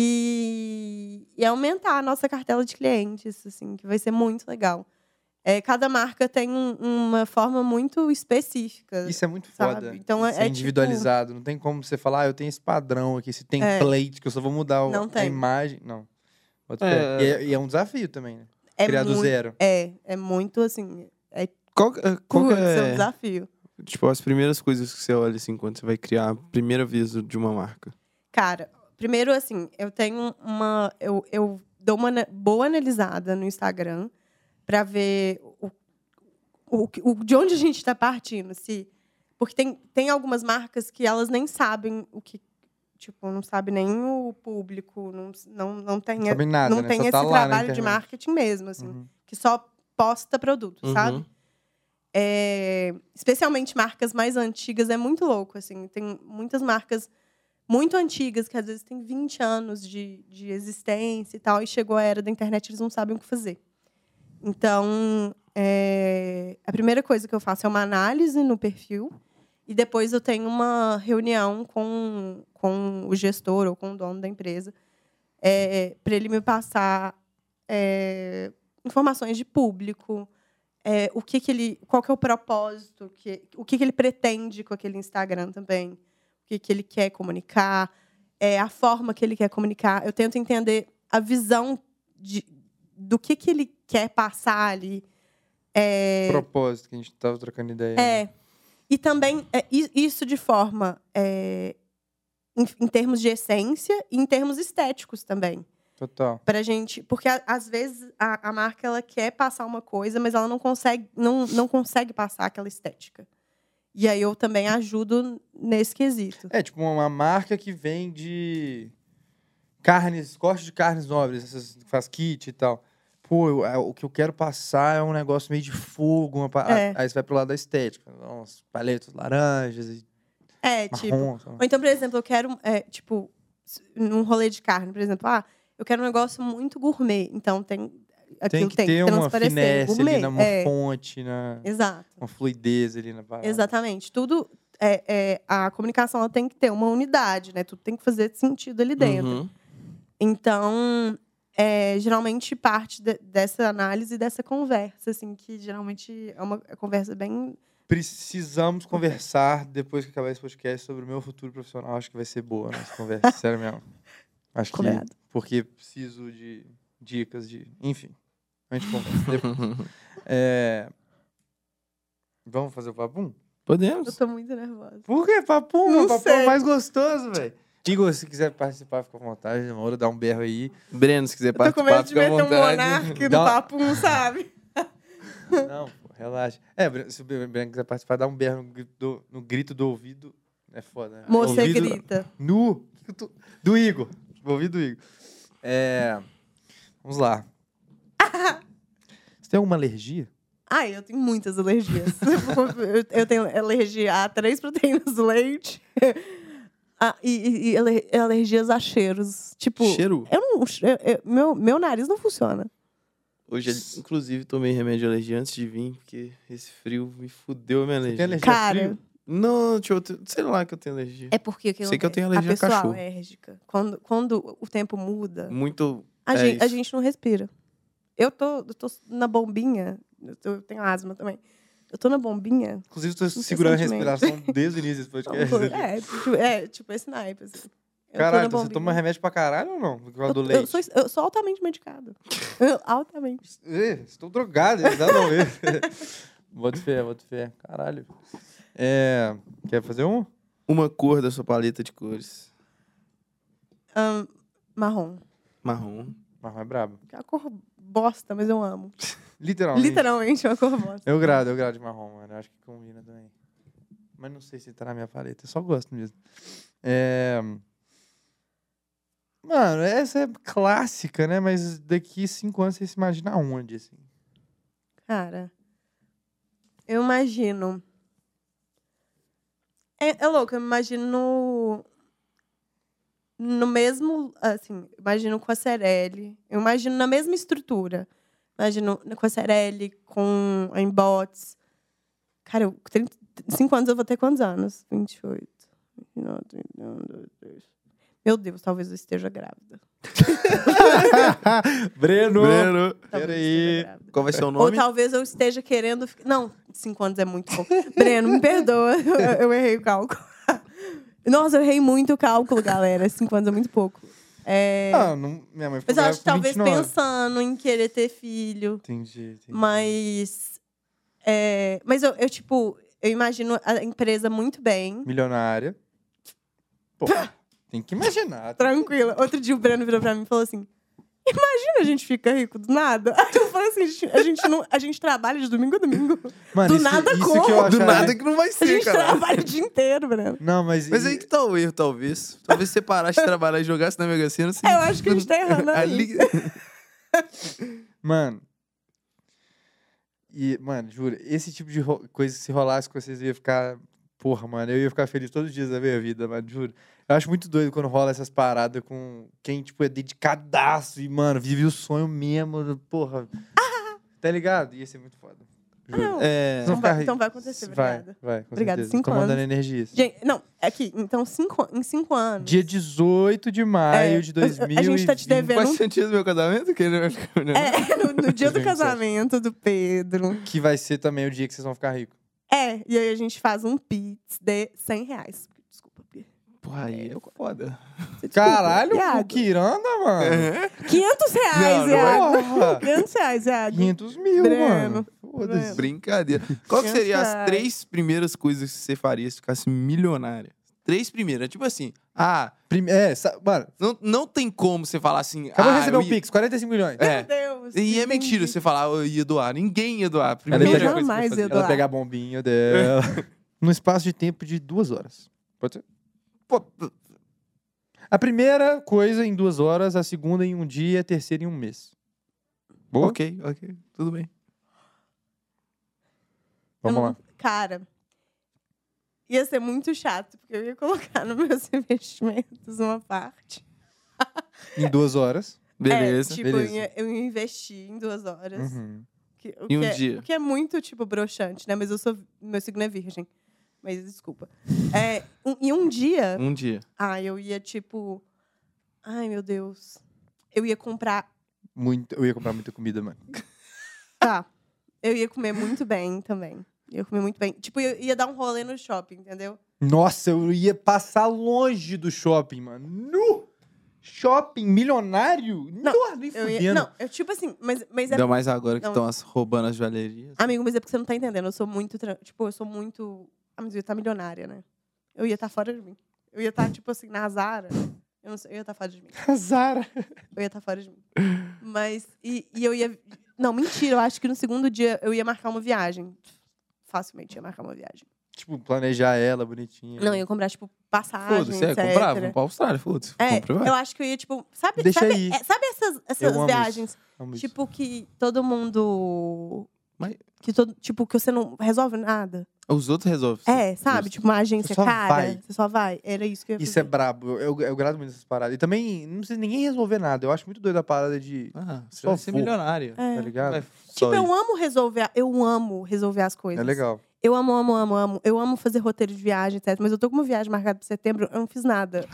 E, e aumentar a nossa cartela de clientes, assim, que vai ser muito legal. Eh, cada marca tem um- uma forma muito específica. Isso é muito Sabe? foda. Então, é- Isso é, é individualizado. Não tem como você falar, ah, eu tenho esse padrão aqui, esse template que eu só vou mudar o- Não a tem. imagem. Não. Bota É. fé. E, é, e é um desafio também, né? É Criar do muito- zero. É, é muito assim. Qual, que- eh, qual que putz, é um é, desafio. tipo, as primeiras coisas que você olha, assim, quando você vai criar a primeira vez de uma marca? Cara, primeiro assim, eu tenho uma. Eu, eu dou uma ana- boa analisada no Instagram para ver o, o, que- o- de onde a gente está partindo. Se, porque tem, tem algumas marcas que elas nem sabem o que. Tipo, não sabe nem o público, não, não, não tem, Não sabe nada, não né? tem Só esse tá lá na trabalho de internet. marketing mesmo, assim. Uhum. que só posta produto, Uhum. sabe? É, especialmente marcas mais antigas, é muito louco, assim. Tem muitas marcas muito antigas, que às vezes têm 20 anos de, de existência e tal, e chegou a era da internet, eles não sabem o que fazer. Então, é, a primeira coisa que eu faço é uma análise no perfil, e depois eu tenho uma reunião com, com o gestor ou com o dono da empresa, para ele me passar é, informações de público, é, o que, que ele, qual que é o propósito, que, o que, que ele pretende com aquele Instagram também, o que, que ele quer comunicar, é, a forma que ele quer comunicar. Eu tento entender a visão de, do que, que ele quer passar ali. É, Propósito que a gente tava trocando ideia. né? é. E também é, i- isso de forma. é, em, em termos de essência e em termos estéticos também. Total. Pra gente. Porque a- às vezes a, a marca ela quer passar uma coisa, mas ela não consegue, não, não consegue passar aquela estética. E aí eu também ajudo nesse quesito. É, tipo, uma marca que vende carnes, corte de carnes nobres, essas que faz kit e tal. Pô, eu- é, o que eu quero passar é um negócio meio de fogo, uma pa- É. aí você vai pro lado da estética. Uns paletos laranjas e É, tipo. marrom. sei lá. Ou então, por exemplo, eu quero, é, tipo, s- num rolê de carne, por exemplo, ah, eu quero um negócio muito gourmet. Então tem. Tem Aquilo que ter uma transparecer. finesse gourmet. ali, na, uma é, fonte, na, Exato. uma fluidez ali na parada. Exatamente. Tudo. É, é, a comunicação ela tem que ter uma unidade, né? Tudo tem que fazer sentido ali dentro. Uhum. Então, é, geralmente parte de- dessa análise, dessa conversa, assim, que geralmente é uma conversa bem. Precisamos conversar depois que acabar esse podcast sobre o meu futuro profissional. Acho que vai ser boa a nossa conversa, sério mesmo. Acho que. Combinado. Porque preciso de dicas, de. Enfim. A gente conversa depois. É, Vamos fazer o papum? Eu Podemos. tô muito nervosa. Por que papum? Não o papum é sei. mais gostoso, velho. Igor, se quiser participar, fica à vontade. Uma hora dá um berro aí. Breno, se quiser Eu tô com participar, medo de fica à meter um vontade. monarca no Dá uma- papo, não sabe? Não, pô, relaxa. É, Bre- se o Breno quiser participar, dá um berro no grito do, no grito do ouvido. É foda, né? Moça ouvido, grita. Nu. que que eu tô- Do Igor. Do ouvido do Igor. É... Vamos lá. Você tem alguma alergia? Ai, eu tenho muitas alergias. Eu- eu tenho alergia a três proteínas do leite. Ah, e, e- e aler- alergias a cheiros. Tipo, Cheiro. eu não. eu- eu- meu, meu nariz não funciona. Hoje, inclusive, tomei remédio de alergia antes de vir, porque esse frio me fudeu a minha alergia. Tem alergia a Cara, frio? Não, tio, eu te- sei lá que eu tenho alergia. É porque o que Sei que eu tenho acontece? alergia a a pessoa cachorro. alérgica, quando, quando o tempo muda, Muito. a, é gente, a isso. gente não respira. Eu tô, eu tô na bombinha, eu, tô- eu tenho asma também. Eu tô na bombinha. Inclusive, estou segurando a Incessantemente. respiração desde o início desse Então, podcast. é, tipo, é, tipo esse naipe. Assim. Eu tô Caralho, na então você bombinha. toma remédio pra caralho ou não? Por causa do eu, leite? eu, sou, eu sou altamente medicado. Eu- altamente. Tá Ê, Estou drogado, não dá pra ver. Bota fé, bota fé. Caralho. É, quer fazer um? Uma cor da sua paleta de cores. Marrom. Marrom. Marrom é brabo. Que é uma cor bosta, mas eu amo. Literalmente. Literalmente uma cor bosta. Eu grado, eu grado de marrom, mano. Eu acho que combina também. Mas não sei se tá na minha paleta, eu só gosto mesmo. É... Mano, essa é clássica, né? Mas daqui cinco anos você se imagina aonde, assim? Cara, eu imagino. É, é louco, eu me imagino no. No mesmo. Assim, imagino com a Cerelli. Eu imagino na mesma estrutura. Imagino com a Cerelli, com a Embots. Cara, eu, 35 anos eu vou ter quantos anos? 28. 29, 31, 32. um, Meu Deus, talvez eu esteja grávida. Breno! Breno. Talvez eu Peraí. esteja grávida. Qual vai ser o Ou nome? talvez eu esteja querendo. fi- Não, cinco anos é muito pouco. Breno, me perdoa, eu- eu errei o cálculo. Nossa, eu errei muito o cálculo, galera. Cinco anos é muito pouco. É, Ah, não... minha mãe ficou mas eu acho grávida que com talvez 29. pensando em querer ter filho. Entendi, entendi. Mas. é, mas eu, eu, tipo, eu imagino a empresa muito bem. Milionária. Pô, Tá. tem que imaginar. Tranquila. Outro dia o Breno virou pra mim e falou assim: Imagina a gente fica rico do nada. Aí eu falei assim: a gente, a gente não, a gente trabalha de domingo a domingo. Mano, Do isso, nada isso como? que eu Do acharia... Do nada que não vai A ser, gente cara. trabalha o dia inteiro, Breno. Não, mas... Mas e- aí que tá o erro, talvez. Talvez você parasse de trabalhar e jogasse na Mega Sena. Assim, Eu acho que a gente tá errando ali. ali. Mano. E, mano, juro, esse tipo de ro- coisa, se rolasse com vocês, eu ia ficar. Porra, mano, eu ia ficar feliz todos os dias da minha vida, mano, juro. Eu acho muito doido quando rola essas paradas com quem, tipo, é dedicadaço e, mano, vive o sonho mesmo, porra. Tá ligado? Ia ser muito foda. Juro. Não. É. Vocês Então vão vai- ficar ri- então vai acontecer, obrigada. Vai, vai, com Obrigada, certeza. cinco Tô mandando anos. energias. Gente, não, aqui, então cinco, em cinco anos. Dia 18 de maio É, de a- a- 2000 A gente tá te devendo Faz um. sentido meu casamento? Que ele vai ficar milionário? É, no, no dia do 27. casamento do Pedro. que vai ser também o dia que vocês vão ficar ricos. É, e aí a gente faz um pix de 100 reais. Desculpa, Pedro. Porra, aí é foda. Você desculpa, Caralho, o Iago. Kiranda, mano. 500 reais, Não, não é- Iago. Porra. 500 reais, Iago. 500 mil, Breno, mano. Foda-se. Breno. Brincadeira. Qual que seria as Pensar. três primeiras coisas que você faria se ficasse milionária? Três primeiras. Tipo assim, ah, Prime- É, sa- mano, não, não tem como você falar assim. acabou de ah, receber eu um ia- Pix, 45 milhões. É. Meu Deus. E é entendi. mentira você falar, eu ia doar. Ninguém ia doar. Ela ia Primeira pegar- coisa que eu Jamais fazia. ia doar. Ela pega a bombinha dela. num espaço de tempo de duas horas. Pode ser? Pô, A primeira coisa em duas horas, a segunda em um dia, a terceira em um mês. Boa? ok, ok. Tudo bem. Eu Vamos não- lá. Cara, ia ser muito chato, porque eu ia colocar nos meus investimentos uma parte. Em duas horas. Beleza. É, tipo, beleza. Eu, ia, eu ia investir em duas horas. Uhum. Que, o Em um que é, dia. O que é muito, tipo, broxante, né? Mas eu sou... Meu signo é virgem. Mas, desculpa. É, um- e um dia, Um dia. ah, eu ia, tipo... Ai, meu Deus. Eu ia comprar... Muito... Eu ia comprar muita comida, mano. Tá. Eu ia comer muito bem também. Eu ia comer muito bem. Tipo, eu ia dar um rolê no shopping, entendeu? Nossa, eu ia passar longe do shopping, mano. Nu! Shopping milionário? Não, nem Tá Eu ia- fudendo. não, eu, tipo assim... Mas, mas é Ainda mais agora que Não. estão roubando as joalherias. Amigo, mas é porque você não tá entendendo. Eu sou muito. tran- Tipo, eu sou muito. Ah, mas eu ia estar milionária, né? Eu ia estar fora de mim. Eu ia estar, tipo assim, na Zara. Eu não sei, eu ia estar fora de mim. Zara. Eu ia estar fora de mim. Mas. E, e eu ia. Não, mentira. Eu acho que no segundo dia eu ia marcar uma viagem. Facilmente ia marcar uma viagem. Tipo, planejar ela bonitinha. Não, eu ia comprar, tipo, passagem. Foda-se, é, etc. comprava. Vamos pra Austrália, foda-se. É, Compra, vai. eu acho que eu ia, tipo. Sabe, né? Deixa sabe, aí. é, sabe essas, Eu amo essas isso. viagens Amo isso. Tipo que todo mundo. Mas- Que todo, tipo, que você não resolve nada. Os outros resolvem. É, sabe? Tipo, uma agência só cara. vai. Você só vai. Era isso que eu ia Isso é fazer. brabo. Eu, eu, eu grado muito essas paradas. E também não precisa ninguém resolver nada. Eu acho muito doido a parada de. Ah, você Só vai ser vou. milionária. É. Tá ligado? Vai, É, só Tipo, isso. eu amo resolver. Eu amo resolver as coisas. legal. Eu amo, amo, amo, amo. Eu amo fazer roteiro de viagem, etc. Mas eu tô com uma viagem marcada pra setembro, eu não fiz nada.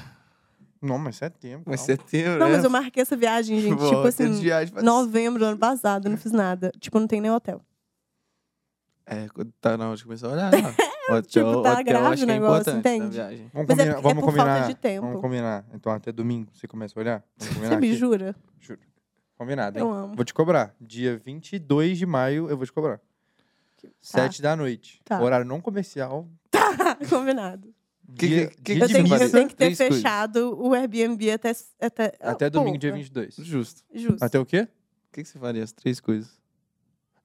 Não, mas isso é tempo. Mas calma. setembro, Não, né? É? mas eu marquei essa viagem, gente. Pô, tipo aquele assim, dia de fazer- novembro do ano passado, eu não fiz nada. Tipo, não tem nem hotel. É, quando tá na hora de começar a né? olhar. Ó, hotel, tipo, tá hotel, grave acho o que é negócio, importante entende? na viagem. Vamos Mas é combinar. porque- vamos é por falta combinar. de tempo. Vamos combinar. Então até domingo você começa a olhar? Vamos combinar Você me aqui? jura? Juro. Combinado, hein? Eu amo. Vou te cobrar. Dia 22 de maio eu vou te cobrar. Tá. Sete da noite. Tá. Horário não comercial. Tá, combinado. Que- dia- que- que- dia Eu de tenho, que- eu missa, tenho que ter Três coisas. fechado o Airbnb até. Até, Até Ah, domingo, pô, dia 22. Justo. Justo. Até o quê? O que, que você faria? As três coisas.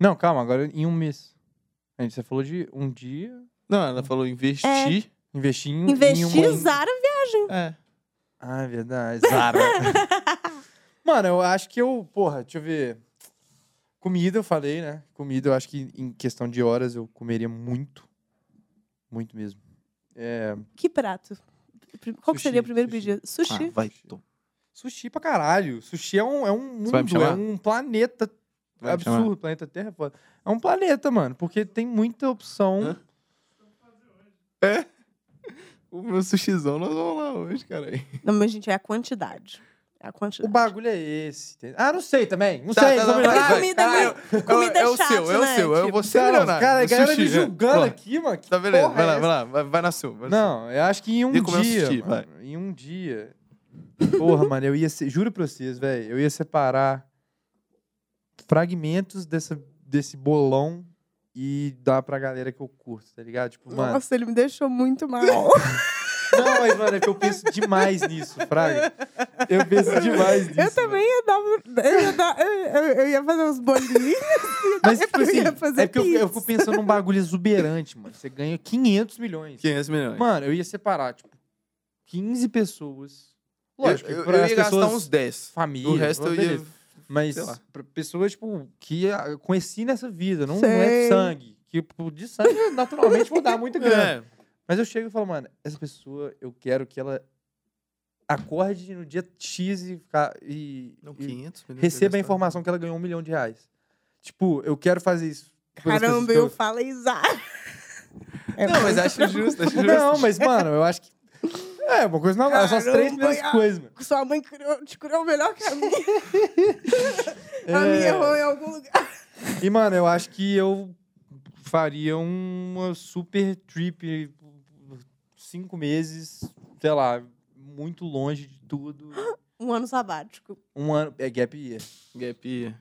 Não, calma, agora em um mês. A gente, você falou de um dia, Não, ela Hum. falou investir. investir em, em Investir um... Zara É. Ah, é verdade. Zara. Mano, eu acho que eu, porra, deixa eu ver. Comida, eu falei, né? Comida, eu acho que em questão de horas eu comeria muito. Muito mesmo. É, Que prato? Qual que Sushi, seria o primeiro sushi. pedido? Ah, Sushi. vai. Tom. sushi pra caralho. Sushi é um, é um Você vai me mundo, é chamar? um planeta Vai me absurdo. Planeta Terra é foda. É um planeta, mano, porque tem muita opção. Hã? O meu sushizão nós vamos lá hoje, cara. Não, mas, gente, é a quantidade. É a O quantidade. bagulho é esse. entende? Ah, não sei também. Não Tá, sei. tá, não sou tá, melhor. tá, Pra vai. comida, Caralho, é comida é o chato, seu, é o né? seu. Eu Tipo, vou ser milionário. Cara, a No galera me sushi, é. julgando Porra. aqui, mano. Que Tá, beleza. porra Vai é lá, essa? vai lá. Vai, vai na sua. vai na Não, eu acho que em um Ia comer um dia, sushi, mano, em um dia, porra, mano, eu ia, se- juro pra vocês, velho, eu ia separar fragmentos dessa, desse bolão e dar pra galera que eu curto, tá ligado? Tipo, mano, Nossa, ele me deixou muito mal. não, mas, mano, é que eu penso demais nisso, fraga. Eu penso demais nisso. Eu também ia dar. um- Eu ia, dar- eu- eu- eu ia fazer uns bolinhos. Mas, eu tipo assim, ia fazer é porque eu, eu pizza. fico pensando num bagulho exuberante, mano. Você ganha 500 milhões. 500 milhões. Mano, eu ia separar, tipo, 15 pessoas. Lógico, eu, eu, pra eu as ia gastar pessoas- uns 10. família. O resto eu ia. beleza. Mas sei lá. pra pessoas, tipo, que ah, eu conheci nessa vida, não, não é Sei. de sangue. Que tipo, de sangue, eu naturalmente, vou dar muita grana. É, Mas eu chego e falo, mano, essa pessoa, eu quero que ela acorde no dia X e, ficar- e- não, né, e 500 milhões. receba a eu ia gastar. informação que ela ganhou um milhão de reais. Tipo, eu quero fazer isso. pelas Caramba, eu pessoas que falei Zara. Não, mas acho justo, acho eu- justo. Não, mas, mano, eu acho que... É, uma coisa normal. São as três Caramba, primeiras ah. coisas, mano. Sua mãe criou- te curou melhor que a minha. A É. minha errou em algum lugar. E, mano, eu acho que eu faria uma super trip cinco meses, sei lá, muito longe de tudo. Um ano sabático. Um ano. É gap year. Gap year.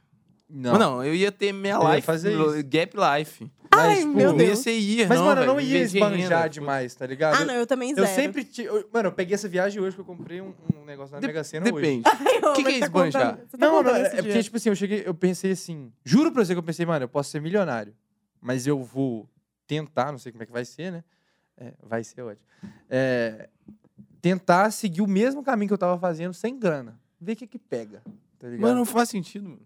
Não. Mas não, eu ia ter minha Eu ia life. fazer lo- isso. Gap life. Mas, Ai, tipo, meu não Deus. ia ser ir, Mas, não, mano, eu não velho, ia viver de renda, esbanjar foda-se. demais, tá ligado? Ah, não, eu também eu zero. sempre. Ti... eu- Mano, eu peguei essa viagem hoje que eu comprei um, um negócio na Dep- Mega Sena hoje. Depende. O que que é esbanjar? tá Não, não, é porque, tipo assim, eu cheguei, eu pensei assim, juro pra você que eu pensei, mano, eu posso ser milionário, mas eu vou tentar, não sei como é que vai ser, né? É, vai ser ótimo. É, tentar seguir o mesmo caminho que eu tava fazendo sem grana. Ver o que que pega, tá ligado? Mano, não faz sentido, mano.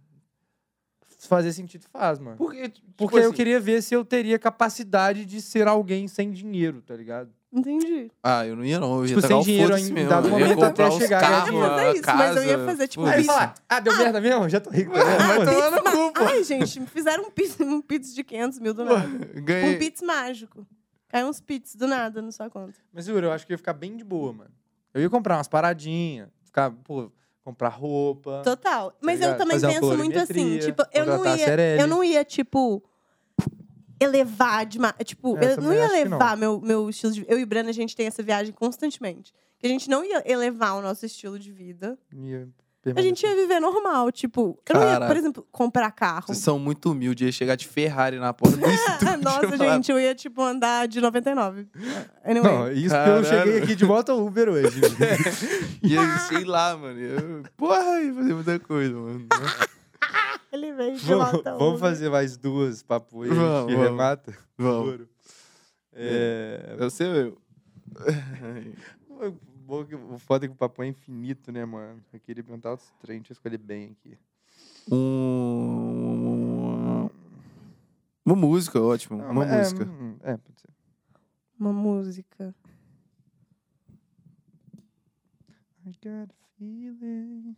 fazer sentido faz, mano. Porque, tipo assim, Porque eu queria ver se eu teria capacidade de ser alguém sem dinheiro, tá ligado? Entendi. Ah, eu não ia não. Eu ia Tipo, tacar sem o dinheiro foda-se em mesmo, dado eu ia momento até comprar uns chegar- carros, Eu ia fazer uma isso, mas eu ia casa. fazer, tipo, Putz, Aí isso. falar, ah, deu merda mesmo? Já tô rico. tá Ah, vai foda-se." tomar no cu, pô. Ai, gente, me fizeram um pix, um pix de 500 mil do nada. tá- Um Ganhei. pix mágico. Caiu uns pix do nada na sua conta. Mas, Yuri, eu acho que eu ia ficar bem de boa, mano. Eu ia comprar umas paradinhas, ficar, pô, comprar roupa. Total. Mas eu Tá ligado? também Fazer uma penso muito assim, colorimetria, tipo, eu não contratar a ia, Cerelli. eu não ia tipo elevar demais, tipo, É, eu eu não também ia acho que não. elevar meu meu estilo de eu e Brana a gente tem essa viagem constantemente. Que a gente não ia elevar o nosso estilo de vida. Ia A gente assim ia viver normal, tipo, eu não ia, Cara. por exemplo, comprar carro. Vocês são muito humildes. Ia chegar de Ferrari na porta do estúdio. Nossa, falar, gente, eu ia tipo andar de 99. Anyway. Não, isso que eu Caralho. cheguei aqui de moto Uber hoje. Ia, sei lá, mano. Ia, porra, ia fazer muita coisa, mano. Ele veio de tá vamos, volta. vamos fazer mais duas papo aí, a Vamos, gente vamos. remata. Vamos. Ouro. É... Eu sei, eu. bom que- O foda é que o papo é infinito, né, mano? Eu queria perguntar outros trem, deixa eu escolher bem aqui. Um... Uma música, ótimo. Não, uma mas- é, música. hum, É, pode ser. uma música. I got a feeling.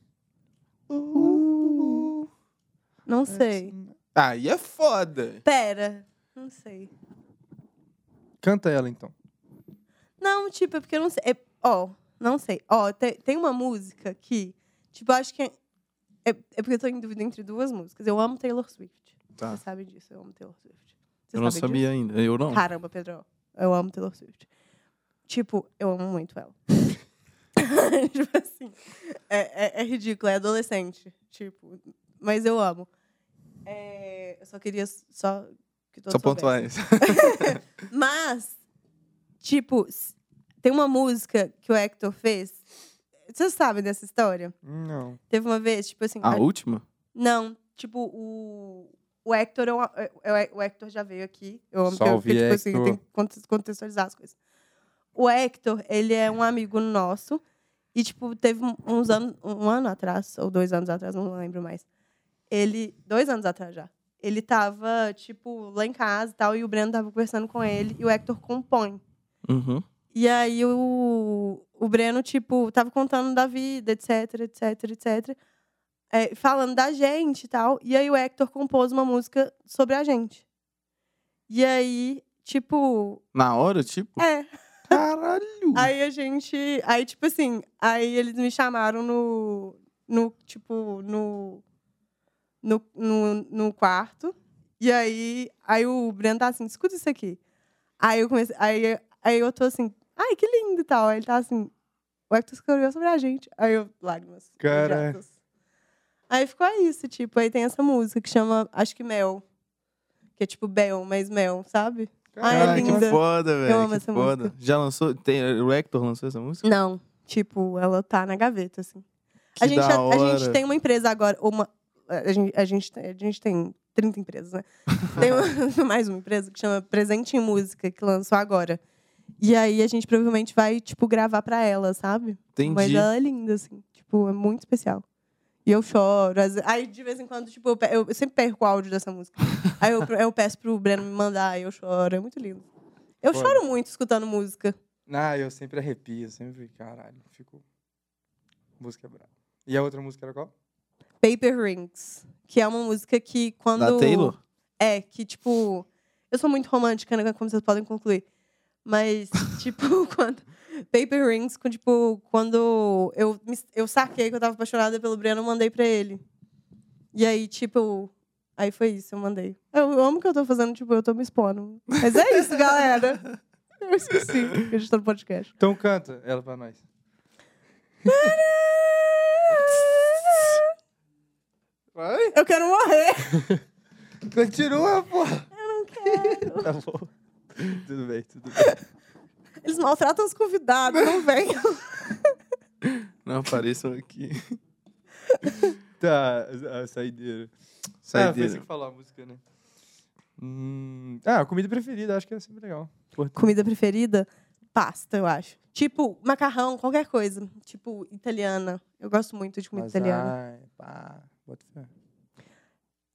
Não sei. Aí é foda. Pera. Não sei. Canta ela, então. Não, tipo, é porque eu não sei. É, ó, não sei. Ó, te- tem uma música que, tipo, eu acho que. É, é é porque eu tô em dúvida entre duas músicas. Eu amo Taylor Swift. Tá. Vocês sabem disso, eu amo Taylor Swift. Vocês Eu não sabem sabia ainda. Eu não. Disso? Caramba, Pedro. Eu amo Taylor Swift. Tipo, eu amo muito ela. tipo assim. É, é, é ridículo, é adolescente. Tipo, mas eu amo. É, eu só queria só que todos Só pontuar soubessem. isso. Mas, tipo, s- tem uma música que o Hector fez. Vocês sabem dessa história? Não. Teve uma vez, tipo assim. Ah, A a- última? Não, tipo, o. O Hector, eu, eu- eu- o Hector já veio aqui. Eu amo que eu- Salve, porque, tipo, assim, Hector. tem que conte- contextualizar as coisas. O Hector, ele é um amigo nosso. E, tipo, teve um- uns anos. Um ano atrás, ou dois anos atrás, não lembro mais. Ele. Dois anos atrás já. Ele tava, tipo, lá em casa e tal. E o Breno tava conversando com ele. E o Hector compõe. Uhum. E aí o, o Breno, tipo, tava contando da vida, etc, etc, etc. É, falando da gente e tal. E aí o Hector compôs uma música sobre a gente. E aí, tipo, Na hora, tipo? é. Caralho! Aí a gente. Aí, tipo assim, aí eles me chamaram no. No, tipo, no. No, no, no quarto. E aí, aí o Breno tá assim, escuta isso aqui. Aí eu comecei. Aí, aí eu tô assim, ai, que lindo e tal. Aí ele tá assim, o Hector escreveu sobre a gente. Aí eu, lágrimas. Cara. imediatas. Aí ficou isso, tipo, aí tem essa música que chama, acho que Mel. Que é tipo Bel, mas Mel, sabe? Ah, é Ai, linda. que foda, velho. amo que essa foda. música. Já lançou? Tem, o Hector lançou essa música? Não. Tipo, ela tá na gaveta, assim. Que a, gente, da a- a, hora. gente tem uma empresa agora, uma. A gente, a, gente, tem- a gente tem 30 empresas, né? Tem uma- mais uma empresa que chama Presente em Música, que lançou agora. E aí a gente provavelmente vai, tipo, gravar pra ela, sabe? Entendi. Mas ela é linda, assim. Tipo, é muito especial. E eu choro. às ve- Aí, de vez em quando, tipo, eu, pe- eu sempre perco o áudio dessa música. aí eu, eu peço pro Breno me mandar, aí eu choro. É muito lindo. Eu Foda. choro muito escutando música. Ah, eu sempre arrepio, sempre, caralho, fico... Música brava. E a outra música era qual? Paper Rings, que é uma música que quando. Da Taylor? É, que tipo. Eu sou muito romântica, né, como vocês podem concluir. Mas, tipo, quando. Paper Rings, com, tipo, quando eu, me- eu saquei que eu tava apaixonada pelo Breno, eu mandei pra ele. E aí, tipo. Aí foi isso, eu mandei. Eu amo o que eu tô fazendo, tipo, eu tô me expondo. Mas é isso, galera. Eu esqueci que a gente tá no podcast. Então canta ela pra nós. Vai? Eu quero morrer! Continua, porra! Eu não quero. Tá bom. tudo bem, tudo bem. Eles maltratam os convidados, não vem. Não apareçam aqui. Tá, a- a saideira. ah, foi Saideira. você que falou a música, né? Hum, ah, comida preferida, acho que é sempre legal. Comida preferida? Pasta, eu acho. Tipo, macarrão, qualquer coisa. Tipo, italiana. Eu gosto muito de comida italiana. Lasagne, pá, bota fé.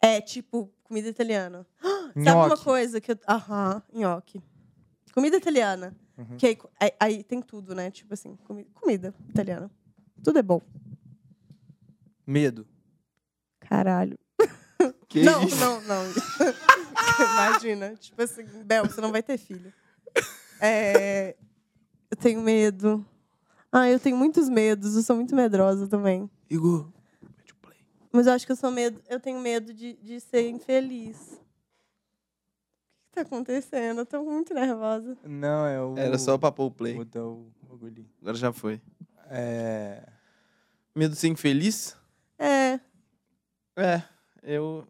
É, tipo, comida italiana. Sabe uma Nhoque. coisa que eu. Aham, nhoque. Comida italiana. Uhum. Que aí, aí- aí tem tudo, né? Tipo assim, comi- comida italiana. Tudo é bom. Medo. Caralho. Que não, isso? não, não, Imagina. Tipo assim, Bel, você não vai ter filho. É, eu tenho medo. Ah, eu tenho muitos medos. Eu sou muito medrosa também. Igor, mete o play. Mas eu acho que eu sou medo. Eu tenho medo de, de ser infeliz. O que tá acontecendo? Eu tô muito nervosa. Não, é o... Era só pra pôr o play. Mudar o bagulhinho. Agora já foi. É... Medo de ser infeliz? É. É, eu.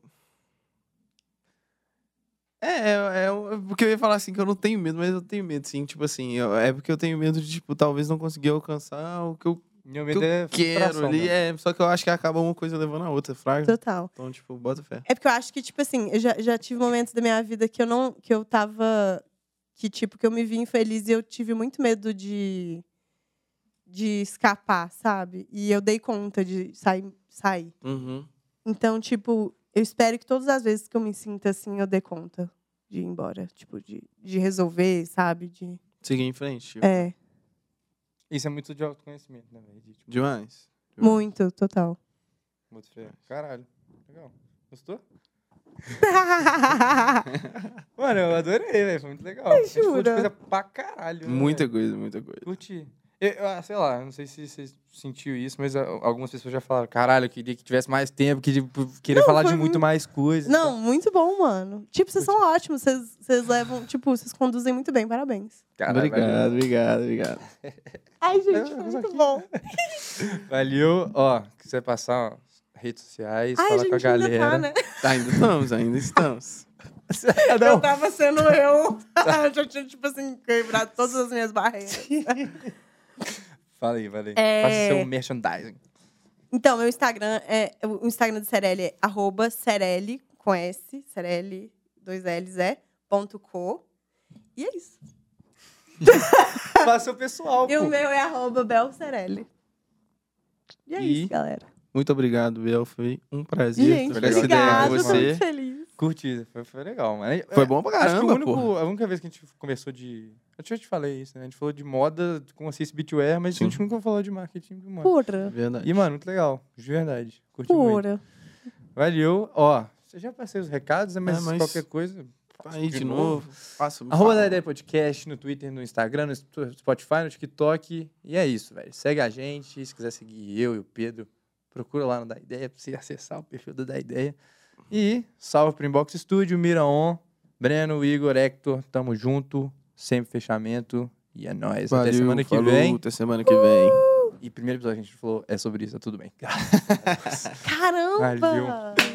É, é, é, o- porque eu ia falar assim que eu não tenho medo, mas eu tenho medo, sim. Tipo assim, eu- é porque eu tenho medo de, tipo, talvez não conseguir alcançar o que eu Meu que medo eu é quero frustração ali. mesmo. É, só que eu acho que acaba uma coisa levando a outra, fraga. Total. Então, tipo, bota fé. É porque eu acho que, tipo assim, eu já, já tive momentos da minha vida que eu não. que eu tava. que, tipo, que eu me vi infeliz e eu tive muito medo de. de escapar, sabe? E eu dei conta de sair. sair. Uhum. Então, tipo, eu espero que todas as vezes que eu me sinta assim, eu dê conta de ir embora. Tipo, de, de resolver, sabe? De. Seguir em frente. tipo. É. Isso é muito de autoconhecimento, né, velho? De, tipo, Demais. Muito, total. boto fé. Caralho. Legal. Gostou? Mano, eu adorei, velho. Foi muito legal. A gente falou de jura? coisa pra caralho. né, Muita coisa, muita coisa. Curti. Eu, eu- ah, sei lá, não sei se você sentiu isso, mas ah, algumas pessoas já falaram: caralho, eu queria que tivesse mais tempo, que tipo, queria falar de foi muito muito- mais coisas. Não, muito bom, mano. Tipo, vocês são ótimos. Vocês vocês levam. Tipo, vocês conduzem muito bem. Parabéns. Caralho, obrigado, obrigado, obrigado. Ai, gente, foi muito bom. Valeu. valeu. Ó, quiser passar ó, redes sociais, Ai, falar gente, com a ainda galera. tá, né? Ainda estamos, ainda estamos. Eu Ah, Não, Tá. tava sendo eu. eu já tinha, tipo assim, quebrado todas as minhas barreiras. Fala aí, fala aí. É. Faça seu merchandising. Então, meu Instagram é. O Instagram do Cerelli é arroba Cerelli com S, Cerelli, dois L's é, ponto co. E é isso. Faça seu pessoal, E o pô. meu é arroba Bel Cerelli. E é E- isso, galera. Muito obrigado, Bel. Foi um prazer Gente, trocar essa ideia obrigada, com tô muito você. feliz. Curti, foi, foi legal, mano. Foi bom pra Acho que o caramba, único- pô. a única vez que a gente conversou de. Eu já te falei isso, né? A gente falou de moda com a Cis Beatware, mas a gente nunca falou de marketing de moda. Pura, Verdade. E, mano, muito legal. De verdade. Curti muito. pura. Valeu. Ó, você já passei os recados, né? Mas, É, mas- qualquer coisa. Aí de de novo. Faça me Arroba fala. da Ideia Podcast no Twitter, no Instagram, no Spotify, no TikTok. E é isso, velho. Segue a gente. Se quiser seguir eu e o Pedro, procura lá no Da Ideia pra você acessar o perfil do Da Ideia. E salve pro Inbox Studio, Mira On, Breno, Igor, Hector. Tamo junto. Sempre fechamento. E é nóis. Valeu, Até semana que falou, vem. Até semana que vem. E primeiro episódio que a gente falou é sobre isso, tá tudo bem. Caramba! Valeu.